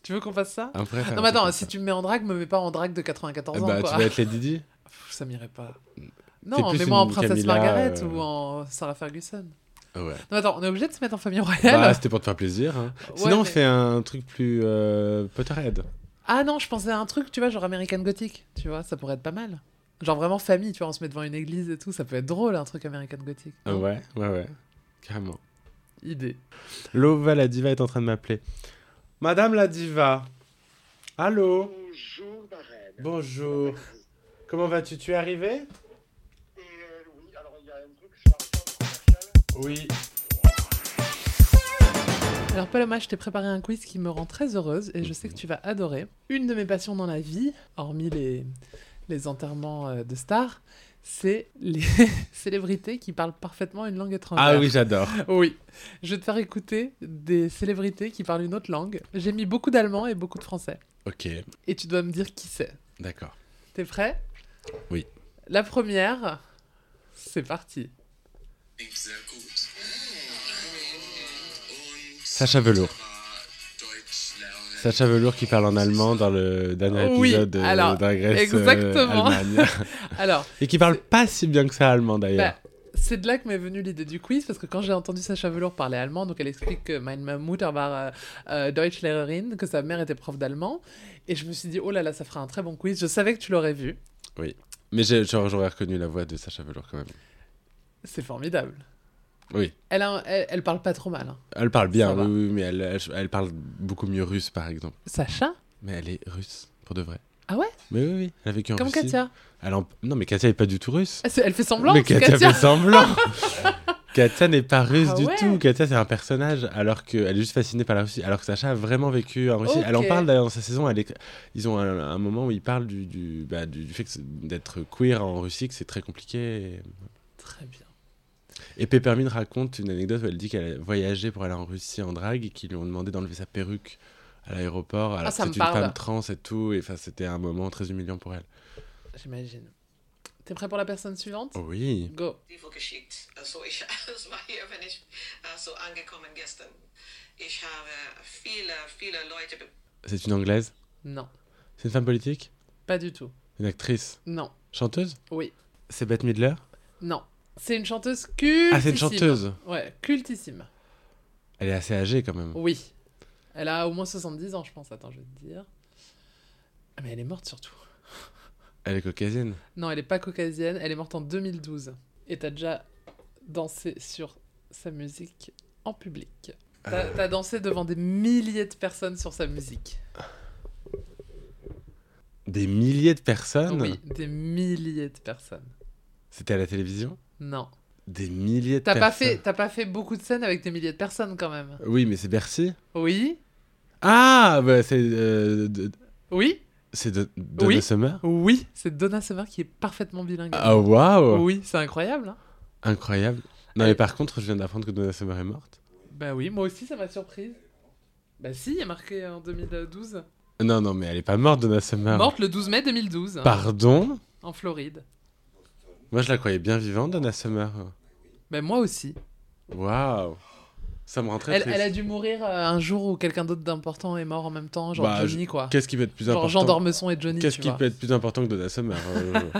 [SPEAKER 2] Tu veux qu'on fasse ça
[SPEAKER 1] Après, faire
[SPEAKER 2] Non,
[SPEAKER 1] un truc
[SPEAKER 2] mais attends,
[SPEAKER 1] Ah, comme
[SPEAKER 2] si
[SPEAKER 1] ça.
[SPEAKER 2] tu me mets en drague, me mets pas en drague de 94
[SPEAKER 1] Eh
[SPEAKER 2] ans.
[SPEAKER 1] bah,
[SPEAKER 2] quoi.
[SPEAKER 1] tu vas être les Didi
[SPEAKER 2] Pff, ça m'irait pas.
[SPEAKER 1] T'es
[SPEAKER 2] Non,
[SPEAKER 1] plus
[SPEAKER 2] mets-moi en
[SPEAKER 1] une
[SPEAKER 2] Princesse
[SPEAKER 1] Camilla,
[SPEAKER 2] Margaret
[SPEAKER 1] euh,
[SPEAKER 2] ou en Sarah Ferguson.
[SPEAKER 1] Ouais.
[SPEAKER 2] Non, attends, on est obligé de se mettre en famille
[SPEAKER 1] Bah,
[SPEAKER 2] royale.
[SPEAKER 1] c'était pour te faire plaisir. hein.
[SPEAKER 2] Ouais,
[SPEAKER 1] Sinon, on
[SPEAKER 2] mais-
[SPEAKER 1] fait un truc plus euh, Potterhead.
[SPEAKER 2] Ah non, je pensais à un truc, tu vois, genre American Gothic. Tu vois, ça pourrait être pas mal. Genre vraiment famille, tu vois, on se met devant une église et tout, ça peut être drôle un truc American Gothic.
[SPEAKER 1] Ah
[SPEAKER 2] Non
[SPEAKER 1] ouais, ouais, ouais. Carrément.
[SPEAKER 2] Idée.
[SPEAKER 1] Lova, la diva, est en train de m'appeler. Madame la diva. Allô
[SPEAKER 8] Bonjour, Bahreïn.
[SPEAKER 1] Bonjour. Comment vas-tu Tu es arrivé
[SPEAKER 8] Et euh, oui, alors il y a un truc sur la
[SPEAKER 1] Oui.
[SPEAKER 8] commercial.
[SPEAKER 2] Alors Paloma, je t'ai préparé un quiz qui me rend très heureuse et je sais que tu vas adorer. Une de mes passions dans la vie, hormis les, les enterrements euh, de stars, c'est les célébrités qui parlent parfaitement une langue étrangère.
[SPEAKER 1] Ah oui, j'adore.
[SPEAKER 2] Oui, je vais te faire écouter des célébrités qui parlent une autre langue. J'ai mis beaucoup d'allemand et beaucoup de français.
[SPEAKER 1] ok,
[SPEAKER 2] Et tu dois me dire qui c'est.
[SPEAKER 1] d'accord.
[SPEAKER 2] T'es prêt
[SPEAKER 1] Oui.
[SPEAKER 2] La première, c'est parti.
[SPEAKER 1] Sacha Velour. Sacha Velour qui parle en allemand dans le dernier
[SPEAKER 2] Oui,
[SPEAKER 1] épisode de
[SPEAKER 2] alors,
[SPEAKER 1] Drag Race, euh,
[SPEAKER 2] exactement.
[SPEAKER 1] Allemagne.
[SPEAKER 2] Alors,
[SPEAKER 1] Et qui parle pas si bien que ça allemand d'ailleurs.
[SPEAKER 2] Bah, c'est de là que m'est venue l'idée du quiz, parce que quand j'ai entendu Sacha Velour parler allemand, donc elle explique que Mein Mutter war euh, euh, Deutschlehrerin, que sa mère était prof d'allemand, et je me suis dit, oh là là, ça fera un très bon quiz, je savais que tu l'aurais vu,
[SPEAKER 1] Mais j'ai- j'aurais j'aurais reconnu la voix de Sacha Velour quand même.
[SPEAKER 2] c'est formidable.
[SPEAKER 1] Oui.
[SPEAKER 2] Elle, a un- elle, elle parle pas trop mal. hein.
[SPEAKER 1] Elle parle bien,
[SPEAKER 2] Ça va.
[SPEAKER 1] oui, oui, mais elle, elle, elle parle beaucoup mieux russe par exemple.
[SPEAKER 2] Sacha
[SPEAKER 1] Mais elle est russe, pour de vrai.
[SPEAKER 2] Ah ouais
[SPEAKER 1] Mais oui, oui, elle a vécu en
[SPEAKER 2] Comme
[SPEAKER 1] Russie.
[SPEAKER 2] Katia.
[SPEAKER 1] Elle en- Non, mais Katia est pas du tout russe.
[SPEAKER 2] Ah, c'est- Elle fait semblant,
[SPEAKER 1] mais
[SPEAKER 2] c'est
[SPEAKER 1] Katia, fait semblant Katia n'est pas russe
[SPEAKER 2] Ah
[SPEAKER 1] du
[SPEAKER 2] ouais.
[SPEAKER 1] tout. Katia, c'est un personnage, alors qu'elle est juste fascinée par la Russie. Alors que Sacha a vraiment vécu en Russie. Elle en
[SPEAKER 2] Ok.
[SPEAKER 1] parle d'ailleurs dans sa saison. Elle est- Ils ont un, un moment où ils parlent du, du, bah, du, du fait que c'est- d'être queer en Russie, que c'est très compliqué.
[SPEAKER 2] Très bien.
[SPEAKER 1] Et Peppermint raconte une anecdote où elle dit qu'elle a voyagé pour aller en Russie en drague et qu'ils lui ont demandé d'enlever sa perruque à l'aéroport. Alors que
[SPEAKER 2] Ah, ça
[SPEAKER 1] c'est
[SPEAKER 2] me
[SPEAKER 1] une
[SPEAKER 2] parle.
[SPEAKER 1] femme trans et tout. Et enfin, c'était un moment très humiliant pour elle.
[SPEAKER 2] J'imagine. T'es prêt pour la personne suivante
[SPEAKER 1] Oh oui.
[SPEAKER 2] Go.
[SPEAKER 9] Briefe geschickt. Also ich, es war hier, wenn ich äh, so angekommen gestern. Ich habe viele, viele Leute be-
[SPEAKER 1] C'est une anglaise
[SPEAKER 2] Non,
[SPEAKER 1] C'est une femme politique
[SPEAKER 2] pas du tout.
[SPEAKER 1] Une actrice
[SPEAKER 2] Non,
[SPEAKER 1] Chanteuse
[SPEAKER 2] oui,
[SPEAKER 1] C'est Bette Midler
[SPEAKER 2] non, C'est une chanteuse cultissime.
[SPEAKER 1] Ah, c'est une chanteuse.
[SPEAKER 2] Ouais, cultissime.
[SPEAKER 1] Elle est assez âgée quand même.
[SPEAKER 2] Oui. Elle a au moins 70 ans, je pense. Attends, je vais te dire. Ah, Mais elle est morte surtout.
[SPEAKER 1] Elle est caucasienne.
[SPEAKER 2] Non, elle est pas caucasienne. Elle est morte en 2012. Et t'as déjà dansé sur sa musique en public. T'as t'as dansé devant des milliers de personnes sur sa musique.
[SPEAKER 1] Des milliers de personnes
[SPEAKER 2] Oui, des milliers de personnes.
[SPEAKER 1] C'était à la télévision
[SPEAKER 2] Non.
[SPEAKER 1] Des milliers de
[SPEAKER 2] T'as
[SPEAKER 1] personnes.
[SPEAKER 2] pas, fait- t'as pas fait beaucoup de scènes avec des milliers de personnes quand même.
[SPEAKER 1] Oui, mais c'est Bercy.
[SPEAKER 2] Oui
[SPEAKER 1] Ah, bah, c'est. euh, de-
[SPEAKER 2] Oui
[SPEAKER 1] c'est de, Donna
[SPEAKER 2] Oui.
[SPEAKER 1] Summer
[SPEAKER 2] Oui C'est Donna Summer qui est parfaitement bilingue.
[SPEAKER 1] Ah, waouh
[SPEAKER 2] Oui, c'est incroyable. hein.
[SPEAKER 1] Incroyable. Non,
[SPEAKER 2] Elle-
[SPEAKER 1] mais par contre, je viens d'apprendre que Donna Summer est morte.
[SPEAKER 2] Bah oui, moi aussi ça m'a surprise. Bah si, il y a marqué en 2012.
[SPEAKER 1] Non, non, mais elle est pas morte, Donna Summer.
[SPEAKER 2] Morte le 12 mai 2012, hein,
[SPEAKER 1] Pardon
[SPEAKER 2] en Floride.
[SPEAKER 1] Moi, je la croyais bien vivante, Donna Summer.
[SPEAKER 2] Bah moi aussi.
[SPEAKER 1] Waouh Ça me rend très
[SPEAKER 2] Elle,
[SPEAKER 1] triste.
[SPEAKER 2] elle a dû mourir euh, un jour où quelqu'un d'autre d'important est mort en même temps, genre
[SPEAKER 1] Bah,
[SPEAKER 2] Johnny quoi.
[SPEAKER 1] Qu'est-ce qui peut être plus
[SPEAKER 2] Genre Jean
[SPEAKER 1] important
[SPEAKER 2] Dormeson et Johnny,
[SPEAKER 1] Qu'est-ce
[SPEAKER 2] tu
[SPEAKER 1] qui
[SPEAKER 2] vois.
[SPEAKER 1] peut être plus important que Donna Summer euh, je-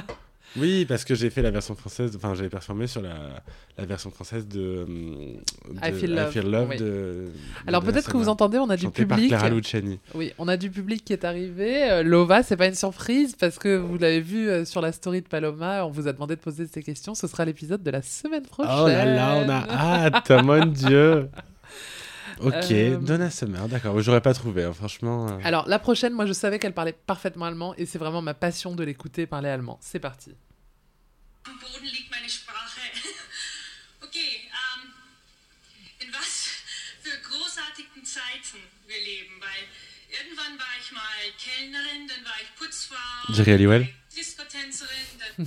[SPEAKER 1] Oui, parce que j'ai fait la version française, enfin j'avais performé sur la, la version française de, hum, de
[SPEAKER 2] I Feel Love, oui.
[SPEAKER 1] de- de
[SPEAKER 2] Alors
[SPEAKER 1] Donna
[SPEAKER 2] peut-être que vous
[SPEAKER 1] Summer,
[SPEAKER 2] entendez, on a du
[SPEAKER 1] chantée par
[SPEAKER 2] public.
[SPEAKER 1] Clara Luciani.
[SPEAKER 2] Oui, on a du public qui est arrivé. Euh, Lova, c'est pas une surprise parce que vous l'avez vu euh, sur la story de Paloma. On vous a demandé de poser ces questions. Ce sera l'épisode de la semaine prochaine.
[SPEAKER 1] Oh là là, on a hâte, mon dieu Ok,
[SPEAKER 2] Euh,
[SPEAKER 1] Donna Summer, d'accord, j'aurais pas trouvé, hein, franchement. euh.
[SPEAKER 2] Alors la prochaine, moi je savais qu'elle parlait parfaitement allemand et c'est vraiment ma passion de l'écouter parler allemand. C'est parti.
[SPEAKER 9] Am Boden liegt meine Sprache. Okay, ähm, in was für großartigen Zeiten wir leben, weil irgendwann war ich mal Kellnerin, dann war ich Putzfrau,
[SPEAKER 1] Jerry Halliwell
[SPEAKER 9] Discotänzerin, dann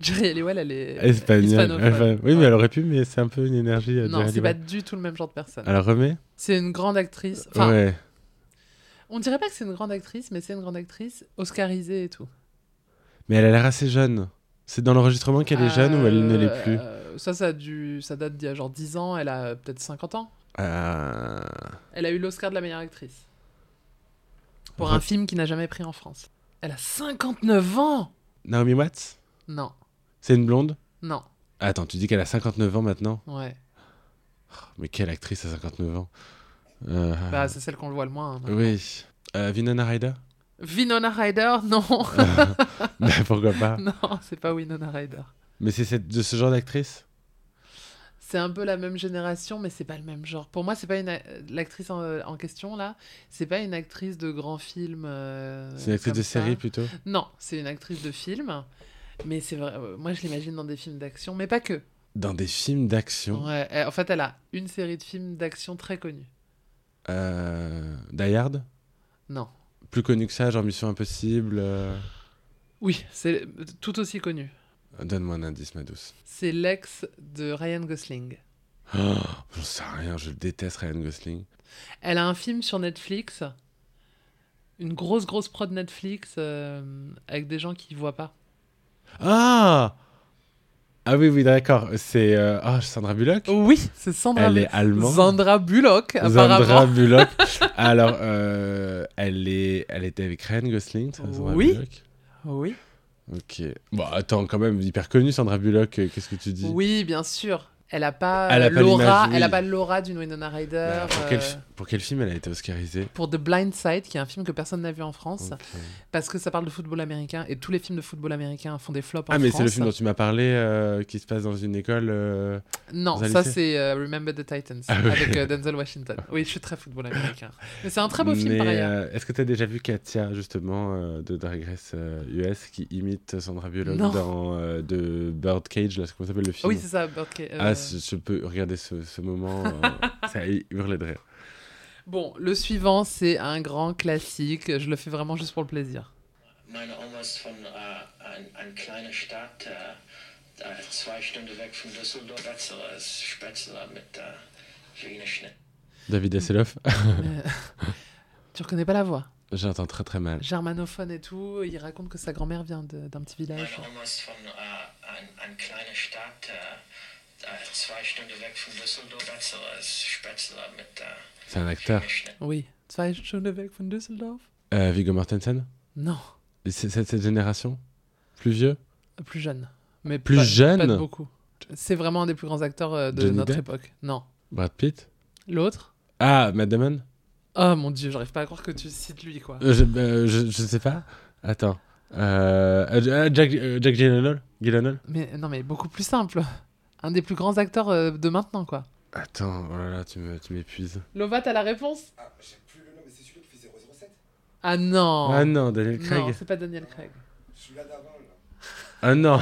[SPEAKER 2] Jerry Halliwell, elle est euh,
[SPEAKER 1] Espagnol.
[SPEAKER 2] hispanophone.
[SPEAKER 1] Enfin, oui, mais elle aurait pu, mais c'est un peu une énergie. euh,
[SPEAKER 2] Non,
[SPEAKER 1] Jerry
[SPEAKER 2] c'est pas
[SPEAKER 1] Halliwell.
[SPEAKER 2] du tout le même genre de personne.
[SPEAKER 1] Alors remets
[SPEAKER 2] C'est une grande actrice. Enfin,
[SPEAKER 1] Ouais.
[SPEAKER 2] on dirait pas que c'est une grande actrice, mais c'est une grande actrice oscarisée et tout.
[SPEAKER 1] Mais elle a l'air assez jeune. C'est dans l'enregistrement qu'elle est jeune ou elle ne l'est plus
[SPEAKER 2] Euh, Ça, ça, a dû- ça date d'il y a genre 10 ans. Elle a euh, peut-être 50 ans.
[SPEAKER 1] Euh,
[SPEAKER 2] Elle a eu l'Oscar de la meilleure actrice. Pour
[SPEAKER 1] Re-
[SPEAKER 2] un film qui n'a jamais pris en France. Elle a 59 ans
[SPEAKER 1] Naomi Watts
[SPEAKER 2] Non,
[SPEAKER 1] C'est une blonde
[SPEAKER 2] non,
[SPEAKER 1] Attends, tu dis qu'elle a 59 ans maintenant
[SPEAKER 2] ouais.
[SPEAKER 1] Mais quelle actrice à 59 ans Euh,
[SPEAKER 2] Bah, c'est celle qu'on le voit le moins. hein.
[SPEAKER 1] Oui. Euh, Winona Ryder
[SPEAKER 2] Winona Ryder Non,
[SPEAKER 1] Bah, Pourquoi pas
[SPEAKER 2] non, c'est pas Winona Ryder.
[SPEAKER 1] Mais c'est cette- de ce genre d'actrice
[SPEAKER 2] C'est un peu la même génération, mais c'est pas le même genre. Pour moi, c'est pas une a- l'actrice en, en question là. C'est pas une actrice de grand film. euh,
[SPEAKER 1] C'est une actrice
[SPEAKER 2] comme
[SPEAKER 1] de
[SPEAKER 2] ça.
[SPEAKER 1] série plutôt
[SPEAKER 2] Non, c'est une actrice de film. Mais c'est vrai. euh, Moi, je l'imagine dans des films d'action, mais pas que.
[SPEAKER 1] Dans des films d'action
[SPEAKER 2] Ouais, elle- en fait, elle a une série de films d'action très connue.
[SPEAKER 1] Euh, Die Hard
[SPEAKER 2] Non.
[SPEAKER 1] Plus connu que ça, genre Mission Impossible euh,
[SPEAKER 2] Oui, c'est tout aussi connue.
[SPEAKER 1] Donne-moi un indice, ma douce.
[SPEAKER 2] C'est l'ex de Ryan Gosling.
[SPEAKER 1] Oh, J'en sais rien, je le déteste Ryan Gosling.
[SPEAKER 2] Elle a un film sur Netflix, une grosse grosse prod Netflix euh, avec des gens qui voient pas.
[SPEAKER 1] Ah Ah oui, oui, d'accord. C'est euh, ah, Sandra Bullock
[SPEAKER 2] Oui, c'est Sandra.
[SPEAKER 1] Elle est allemande.
[SPEAKER 2] Sandra Bullock, apparemment.
[SPEAKER 1] Sandra Bullock. Alors, euh, elle, est, elle était avec Ryan Gosling, ça, Sandra
[SPEAKER 2] Oui.
[SPEAKER 1] Bullock
[SPEAKER 2] Oui.
[SPEAKER 1] Ok. Bon, attends, quand même, hyper connue, Sandra Bullock, euh, qu'est-ce que tu dis
[SPEAKER 2] oui, bien sûr. Elle a pas
[SPEAKER 1] Elle a
[SPEAKER 2] euh,
[SPEAKER 1] pas
[SPEAKER 2] l'aura,
[SPEAKER 1] l'image, oui.
[SPEAKER 2] elle a pas l'aura d'une Winona Ryder.
[SPEAKER 1] Bah, pour,
[SPEAKER 2] euh,
[SPEAKER 1] quel, fi- pour quel film elle a été oscarisée
[SPEAKER 2] pour The Blind Side, qui est un film que personne n'a vu en France,
[SPEAKER 1] Ok.
[SPEAKER 2] parce que ça parle de football américain et tous les films de football américain font des flops en
[SPEAKER 1] Ah, mais
[SPEAKER 2] France.
[SPEAKER 1] c'est le film dont tu m'as parlé euh, qui se passe dans une école. euh,
[SPEAKER 2] Non,
[SPEAKER 1] Vous allez
[SPEAKER 2] ça
[SPEAKER 1] faire
[SPEAKER 2] c'est euh, Remember the Titans
[SPEAKER 1] Ah oui.
[SPEAKER 2] avec euh, Denzel Washington. Oui, je suis très football américain. Mais c'est un très beau film
[SPEAKER 1] mais,
[SPEAKER 2] par ailleurs.
[SPEAKER 1] euh, Est-ce que tu as déjà vu Katia, justement, euh, de Drag Race euh, US, qui imite Sandra Bullock
[SPEAKER 2] Non.
[SPEAKER 1] dans euh, de Birdcage, là, c'est comment ça s'appelle le
[SPEAKER 2] Ah
[SPEAKER 1] film
[SPEAKER 2] oui, c'est ça. Bird Ca- euh,
[SPEAKER 1] Ah, je, je peux regarder ce, ce moment, euh, ça hurle de rire.
[SPEAKER 2] Bon, le suivant c'est un grand classique. Je le fais vraiment juste pour le plaisir.
[SPEAKER 8] Meine Oma ist von äh, ein, ein kleiner Stadt, äh, äh, zwei Stunden weg von Düsseldorf. Spätzler ist Spätzler mit äh, Wiener Schnitzel.
[SPEAKER 1] David Hasselhoff,
[SPEAKER 2] Tu reconnais pas la voix
[SPEAKER 1] j'entends très très mal.
[SPEAKER 2] Germanophone et tout. Il raconte que sa grand-mère vient de- d'un petit village.
[SPEAKER 8] Meine Oma ist von äh, ein, ein kleiner Stadt, äh, äh, zwei Stunden weg von Düsseldorf. Spätzler ist Spätzler mit äh,
[SPEAKER 1] C'est un acteur.
[SPEAKER 8] Wiener Schnitzel.
[SPEAKER 2] Oui. Zwei Stunden weg von Düsseldorf
[SPEAKER 1] Euh, Viggo Mortensen
[SPEAKER 2] Non,
[SPEAKER 1] Et c'est- C'est de cette génération Plus vieux
[SPEAKER 2] plus jeune. Mais
[SPEAKER 1] Plus
[SPEAKER 2] pas-
[SPEAKER 1] jeune
[SPEAKER 2] Pas de beaucoup. C'est vraiment un des plus grands acteurs euh, de
[SPEAKER 1] Johnny
[SPEAKER 2] notre
[SPEAKER 1] Depp
[SPEAKER 2] époque. Non.
[SPEAKER 1] Brad Pitt
[SPEAKER 2] L'autre
[SPEAKER 1] Ah, Matt Damon
[SPEAKER 2] Oh mon dieu, j'arrive pas à croire que tu cites lui, quoi.
[SPEAKER 1] Euh, je, euh, je, je sais pas. Attends. Euh, euh, Jack, euh, Jack Gyllenhaal Gyllenhaal
[SPEAKER 2] Mais non, mais beaucoup plus simple. Un des plus grands acteurs euh, de maintenant, quoi.
[SPEAKER 1] Attends, oh là là, tu me- tu m'épuises.
[SPEAKER 2] Lova, t'as la réponse
[SPEAKER 10] Ah, j'ai plus le nom, mais c'est celui qui fait 007.
[SPEAKER 2] Ah non
[SPEAKER 1] Ah non, Daniel Craig.
[SPEAKER 2] Non, c'est pas Daniel Craig.
[SPEAKER 10] Celui-là d'avant, là.
[SPEAKER 1] Ah non,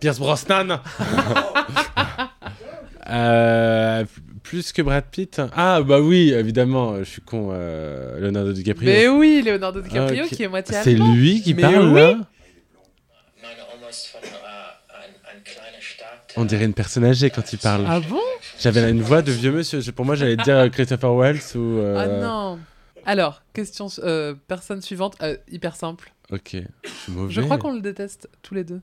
[SPEAKER 1] Pierce Brosnan. Euh, plus que Brad Pitt. Ah bah oui, évidemment, je suis con. euh, Leonardo DiCaprio.
[SPEAKER 2] Mais oui, Leonardo DiCaprio
[SPEAKER 1] Ah, ok.
[SPEAKER 2] qui est moitié
[SPEAKER 1] C'est
[SPEAKER 2] allemand.
[SPEAKER 1] lui qui
[SPEAKER 2] Mais
[SPEAKER 1] parle hein.
[SPEAKER 2] oui.
[SPEAKER 1] là
[SPEAKER 8] Ich meine Omas von äh, ein, ein kleiner Staat.
[SPEAKER 1] On dirait une personne âgée quand il parle.
[SPEAKER 2] Ah bon
[SPEAKER 1] J'avais là une voix de vieux monsieur. Je- Pour moi, j'allais dire euh, Christopher Wells ou. euh,
[SPEAKER 2] Ah non Alors, question, euh, personne suivante, euh, hyper simple.
[SPEAKER 1] Ok, je suis mauvais.
[SPEAKER 2] Je crois qu'on le déteste tous les deux.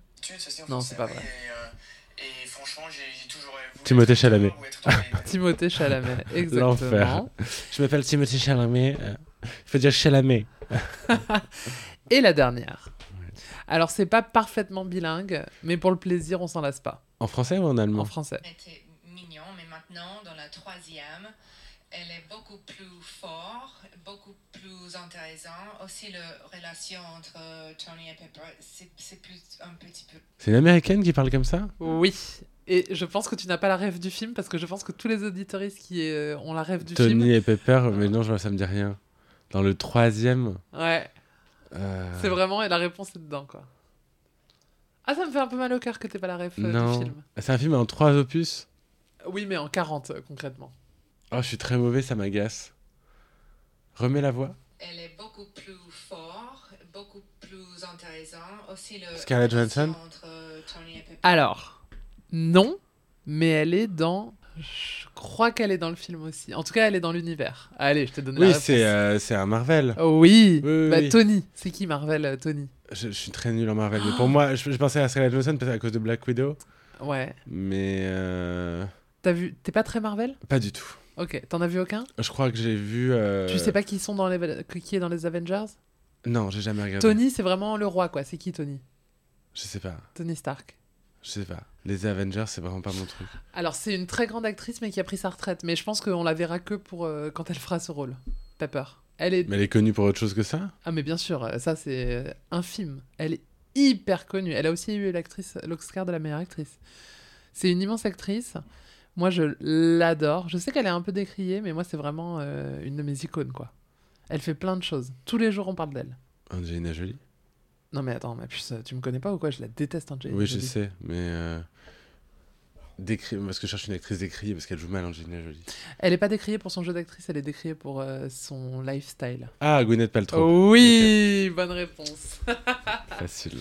[SPEAKER 2] Non, c'est pas vrai.
[SPEAKER 10] Et, euh, et franchement, j'ai j'ai toujours voulu
[SPEAKER 1] Timothée
[SPEAKER 10] être
[SPEAKER 1] Chalamet.
[SPEAKER 10] ou être dans les-
[SPEAKER 2] Timothée Chalamet,
[SPEAKER 1] L'enfer.
[SPEAKER 2] exactement.
[SPEAKER 1] Je m'appelle Timothée Chalamet. euh, Il faut dire Chalamet.
[SPEAKER 2] Et la dernière. Alors, c'est pas parfaitement bilingue, mais pour le plaisir, on s'en lasse pas.
[SPEAKER 1] En français ou en
[SPEAKER 2] En
[SPEAKER 1] allemand
[SPEAKER 2] français.
[SPEAKER 9] Elle était mignon, mais maintenant, dans la troisième, elle est beaucoup plus forte, beaucoup plus intéressante. Aussi, la relation entre euh, Tony et Pepper, c'est c'est plus un petit peu
[SPEAKER 1] C'est une américaine qui parle comme ça
[SPEAKER 2] Oui. Et je pense que tu n'as pas la rêve du film, parce que je pense que tous les auditoristes qui euh, ont la rêve du
[SPEAKER 1] Tony
[SPEAKER 2] film.
[SPEAKER 1] et Pepper, mais non, je vois, ça me dit rien. Dans le troisième.
[SPEAKER 2] Ouais,
[SPEAKER 1] euh,
[SPEAKER 2] c'est vraiment, et la réponse est dedans, quoi. Ah, ça me fait un peu mal au cœur que t'aies pas la rêve euh, du
[SPEAKER 1] Non. Ah,
[SPEAKER 2] film.
[SPEAKER 1] C'est un film en trois opus
[SPEAKER 2] Oui, mais en 40, euh, concrètement.
[SPEAKER 1] Oh, je suis très mauvais, ça m'agace. Remets la voix.
[SPEAKER 9] Elle est beaucoup plus forte, beaucoup plus intéressante. Aussi, le
[SPEAKER 1] Scarlett
[SPEAKER 9] relation
[SPEAKER 1] Johansson
[SPEAKER 9] entre Tony et Pepper.
[SPEAKER 2] Alors, non, mais elle est dans. Je crois qu'elle est dans le film aussi. En tout cas, elle est dans l'univers. Allez, je te donne la
[SPEAKER 1] Oui,
[SPEAKER 2] réponse.
[SPEAKER 1] c'est euh, c'est un Marvel.
[SPEAKER 2] Oh oui,
[SPEAKER 1] Oui, oui,
[SPEAKER 2] Bah,
[SPEAKER 1] oui.
[SPEAKER 2] Tony. Ah. C'est qui Marvel, euh, Tony
[SPEAKER 1] Je, je suis très nul en Marvel. Mais pour moi, je, je pensais à Scarlett Johansson peut-être à cause de Black Widow,
[SPEAKER 2] Ouais.
[SPEAKER 1] mais euh,
[SPEAKER 2] T'as vu T'es pas très Marvel
[SPEAKER 1] pas du tout.
[SPEAKER 2] Ok, t'en as vu aucun
[SPEAKER 1] Je crois que j'ai vu. euh,
[SPEAKER 2] Tu sais pas qui sont dans les qui est dans les Avengers
[SPEAKER 1] Non, j'ai jamais regardé.
[SPEAKER 2] Tony, c'est vraiment le roi, quoi. C'est qui Tony
[SPEAKER 1] Je sais pas.
[SPEAKER 2] Tony Stark.
[SPEAKER 1] Je sais pas. Les Avengers, c'est vraiment pas mon truc.
[SPEAKER 2] Alors, c'est une très grande actrice, mais qui a pris sa retraite. Mais je pense qu'on la verra que pour euh, quand elle fera ce rôle. Pepper. Elle est
[SPEAKER 1] Mais elle est connue pour autre chose que ça
[SPEAKER 2] Ah mais bien sûr, euh, ça c'est euh, infime. Elle est hyper connue. Elle a aussi eu l'actrice l'Oscar de la meilleure actrice. C'est une immense actrice. Moi je l'adore. Je sais qu'elle est un peu décriée, mais moi c'est vraiment euh, une de mes icônes quoi. Elle fait plein de choses. Tous les jours on parle d'elle.
[SPEAKER 1] Angelina Jolie
[SPEAKER 2] Non mais attends, ma puce, tu me connais pas ou quoi Je la déteste Angelina.
[SPEAKER 1] Oui, je
[SPEAKER 2] Jolie.
[SPEAKER 1] sais, mais. Euh... décri- Parce que je cherche une actrice décriée parce qu'elle joue mal Angelina Jolie.
[SPEAKER 2] Elle est pas décriée pour son jeu d'actrice, elle est décriée pour euh, son lifestyle.
[SPEAKER 1] Ah, Gwyneth Paltrow.
[SPEAKER 2] oui, bonne réponse. Oh.
[SPEAKER 1] Facile.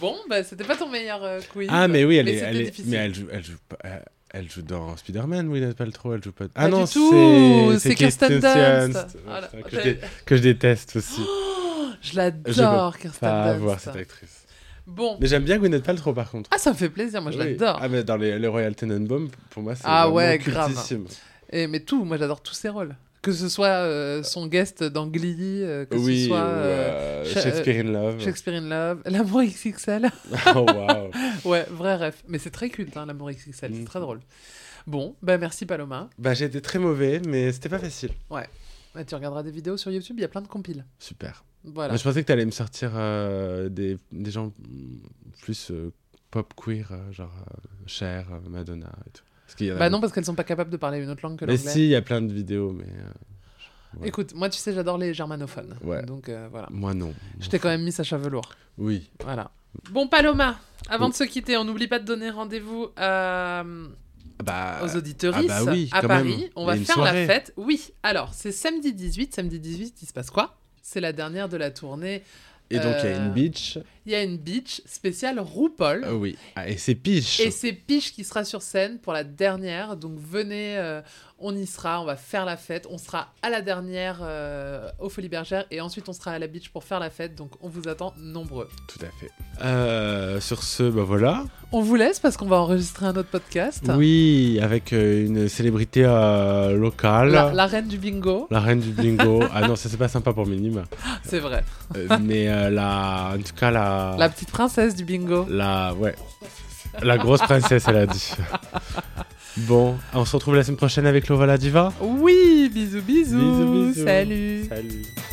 [SPEAKER 2] Bon, bah c'était pas ton meilleur euh, quiz.
[SPEAKER 1] Ah, mais oui, elle, est,
[SPEAKER 2] c'était
[SPEAKER 1] elle, est-
[SPEAKER 2] difficile.
[SPEAKER 1] mais elle joue, elle joue pas. elle- Elle joue dans Spider-Man, Gwyneth Paltrow, elle joue pas.
[SPEAKER 2] Pas
[SPEAKER 1] Ah non,
[SPEAKER 2] du tout,
[SPEAKER 1] c'est-
[SPEAKER 2] c'est
[SPEAKER 1] c'est
[SPEAKER 2] Kirsten
[SPEAKER 1] Kirsten
[SPEAKER 2] Dunst.
[SPEAKER 1] Dunst.
[SPEAKER 2] Voilà,
[SPEAKER 1] Que je
[SPEAKER 2] j'avais-
[SPEAKER 1] dé- Que je déteste aussi.
[SPEAKER 2] Je l'adore, Kirsten
[SPEAKER 1] Pas
[SPEAKER 2] Dunst.
[SPEAKER 1] voir cette actrice.
[SPEAKER 2] Bon.
[SPEAKER 1] Mais j'aime bien Gwyneth Paltrow par contre.
[SPEAKER 2] Ah, ça me fait plaisir, moi je
[SPEAKER 1] Oui.
[SPEAKER 2] l'adore.
[SPEAKER 1] Ah, mais dans les, les Royal Tenenbaum, pour moi, c'est.
[SPEAKER 2] Ah
[SPEAKER 1] vraiment
[SPEAKER 2] ouais, grave.
[SPEAKER 1] cultissime.
[SPEAKER 2] Et mais tout, moi j'adore tous ses rôles. Que ce soit euh, son guest dans Glee, euh, que
[SPEAKER 1] Oui,
[SPEAKER 2] ce soit
[SPEAKER 1] ou,
[SPEAKER 2] euh,
[SPEAKER 1] euh,
[SPEAKER 2] Sha-
[SPEAKER 1] Shakespeare in Love.
[SPEAKER 2] Shakespeare in Love, L'amour XXL.
[SPEAKER 1] oh, waouh.
[SPEAKER 2] ouais, vrai ref. Mais c'est très culte, hein, L'amour XXL, c'est
[SPEAKER 1] Mm.
[SPEAKER 2] très drôle. Bon, bah merci Paloma.
[SPEAKER 1] Bah, j'ai été très mauvais, mais c'était pas facile.
[SPEAKER 2] Bah, tu regarderas des vidéos sur YouTube, il y a plein de compiles.
[SPEAKER 1] Super.
[SPEAKER 2] Voilà.
[SPEAKER 1] Moi, je pensais que t'allais me sortir euh, des, des gens mm, plus euh, pop queer, euh, genre euh, Cher, euh, Madonna et tout. Parce qu'il y en a
[SPEAKER 2] Bah non,
[SPEAKER 1] beaucoup.
[SPEAKER 2] parce qu'elles sont pas capables de parler une autre langue que
[SPEAKER 1] mais
[SPEAKER 2] l'anglais.
[SPEAKER 1] si, il y a plein de vidéos, mais euh, ouais.
[SPEAKER 2] Écoute, moi tu sais, j'adore les germanophones.
[SPEAKER 1] Ouais.
[SPEAKER 2] Donc euh, voilà.
[SPEAKER 1] moi non.
[SPEAKER 2] Je t'ai quand même mis Sacha Velours.
[SPEAKER 1] Oui.
[SPEAKER 2] Voilà. Bon, Paloma, avant
[SPEAKER 1] Oui.
[SPEAKER 2] de se quitter, on n'oublie pas de donner rendez-vous euh,
[SPEAKER 1] Bah,
[SPEAKER 2] aux auditeurs
[SPEAKER 1] ah bah oui,
[SPEAKER 2] à
[SPEAKER 1] quand
[SPEAKER 2] Paris.
[SPEAKER 1] même. Il
[SPEAKER 2] On
[SPEAKER 1] y
[SPEAKER 2] va
[SPEAKER 1] a une
[SPEAKER 2] faire la
[SPEAKER 1] soirée.
[SPEAKER 2] fête. Oui, alors, c'est samedi 18. Samedi 18, il se passe quoi C'est la dernière de la tournée.
[SPEAKER 1] et donc, il y a
[SPEAKER 2] euh,
[SPEAKER 1] une beach.
[SPEAKER 2] Il y a une beach spéciale RuPaul.
[SPEAKER 1] Ah oui. Ah, et c'est piche.
[SPEAKER 2] Et c'est Piche qui sera sur scène pour la dernière. Donc venez, euh, on y sera, on va faire la fête. On sera à la dernière euh, aux Folies Bergères et ensuite on sera à la beach pour faire la fête. Donc on vous attend nombreux.
[SPEAKER 1] Tout à fait. Euh, sur ce, bah voilà.
[SPEAKER 2] On vous laisse parce qu'on va enregistrer un autre podcast.
[SPEAKER 1] Oui, avec euh, une célébrité euh, locale.
[SPEAKER 2] La,
[SPEAKER 1] La,
[SPEAKER 2] la reine du bingo,
[SPEAKER 1] reine du bingo. ah non, ça c'est pas sympa pour Minime.
[SPEAKER 2] c'est vrai.
[SPEAKER 1] Euh, mais euh, la, en tout cas, la.
[SPEAKER 2] Ah. La petite princesse du bingo.
[SPEAKER 1] la- ouais. La grosse princesse, elle a dit. Bon, on se retrouve la semaine prochaine avec Lova la Diva.
[SPEAKER 2] Oui, bisous, bisous.
[SPEAKER 1] Bisous, bisous.
[SPEAKER 2] Salut.
[SPEAKER 1] Salut.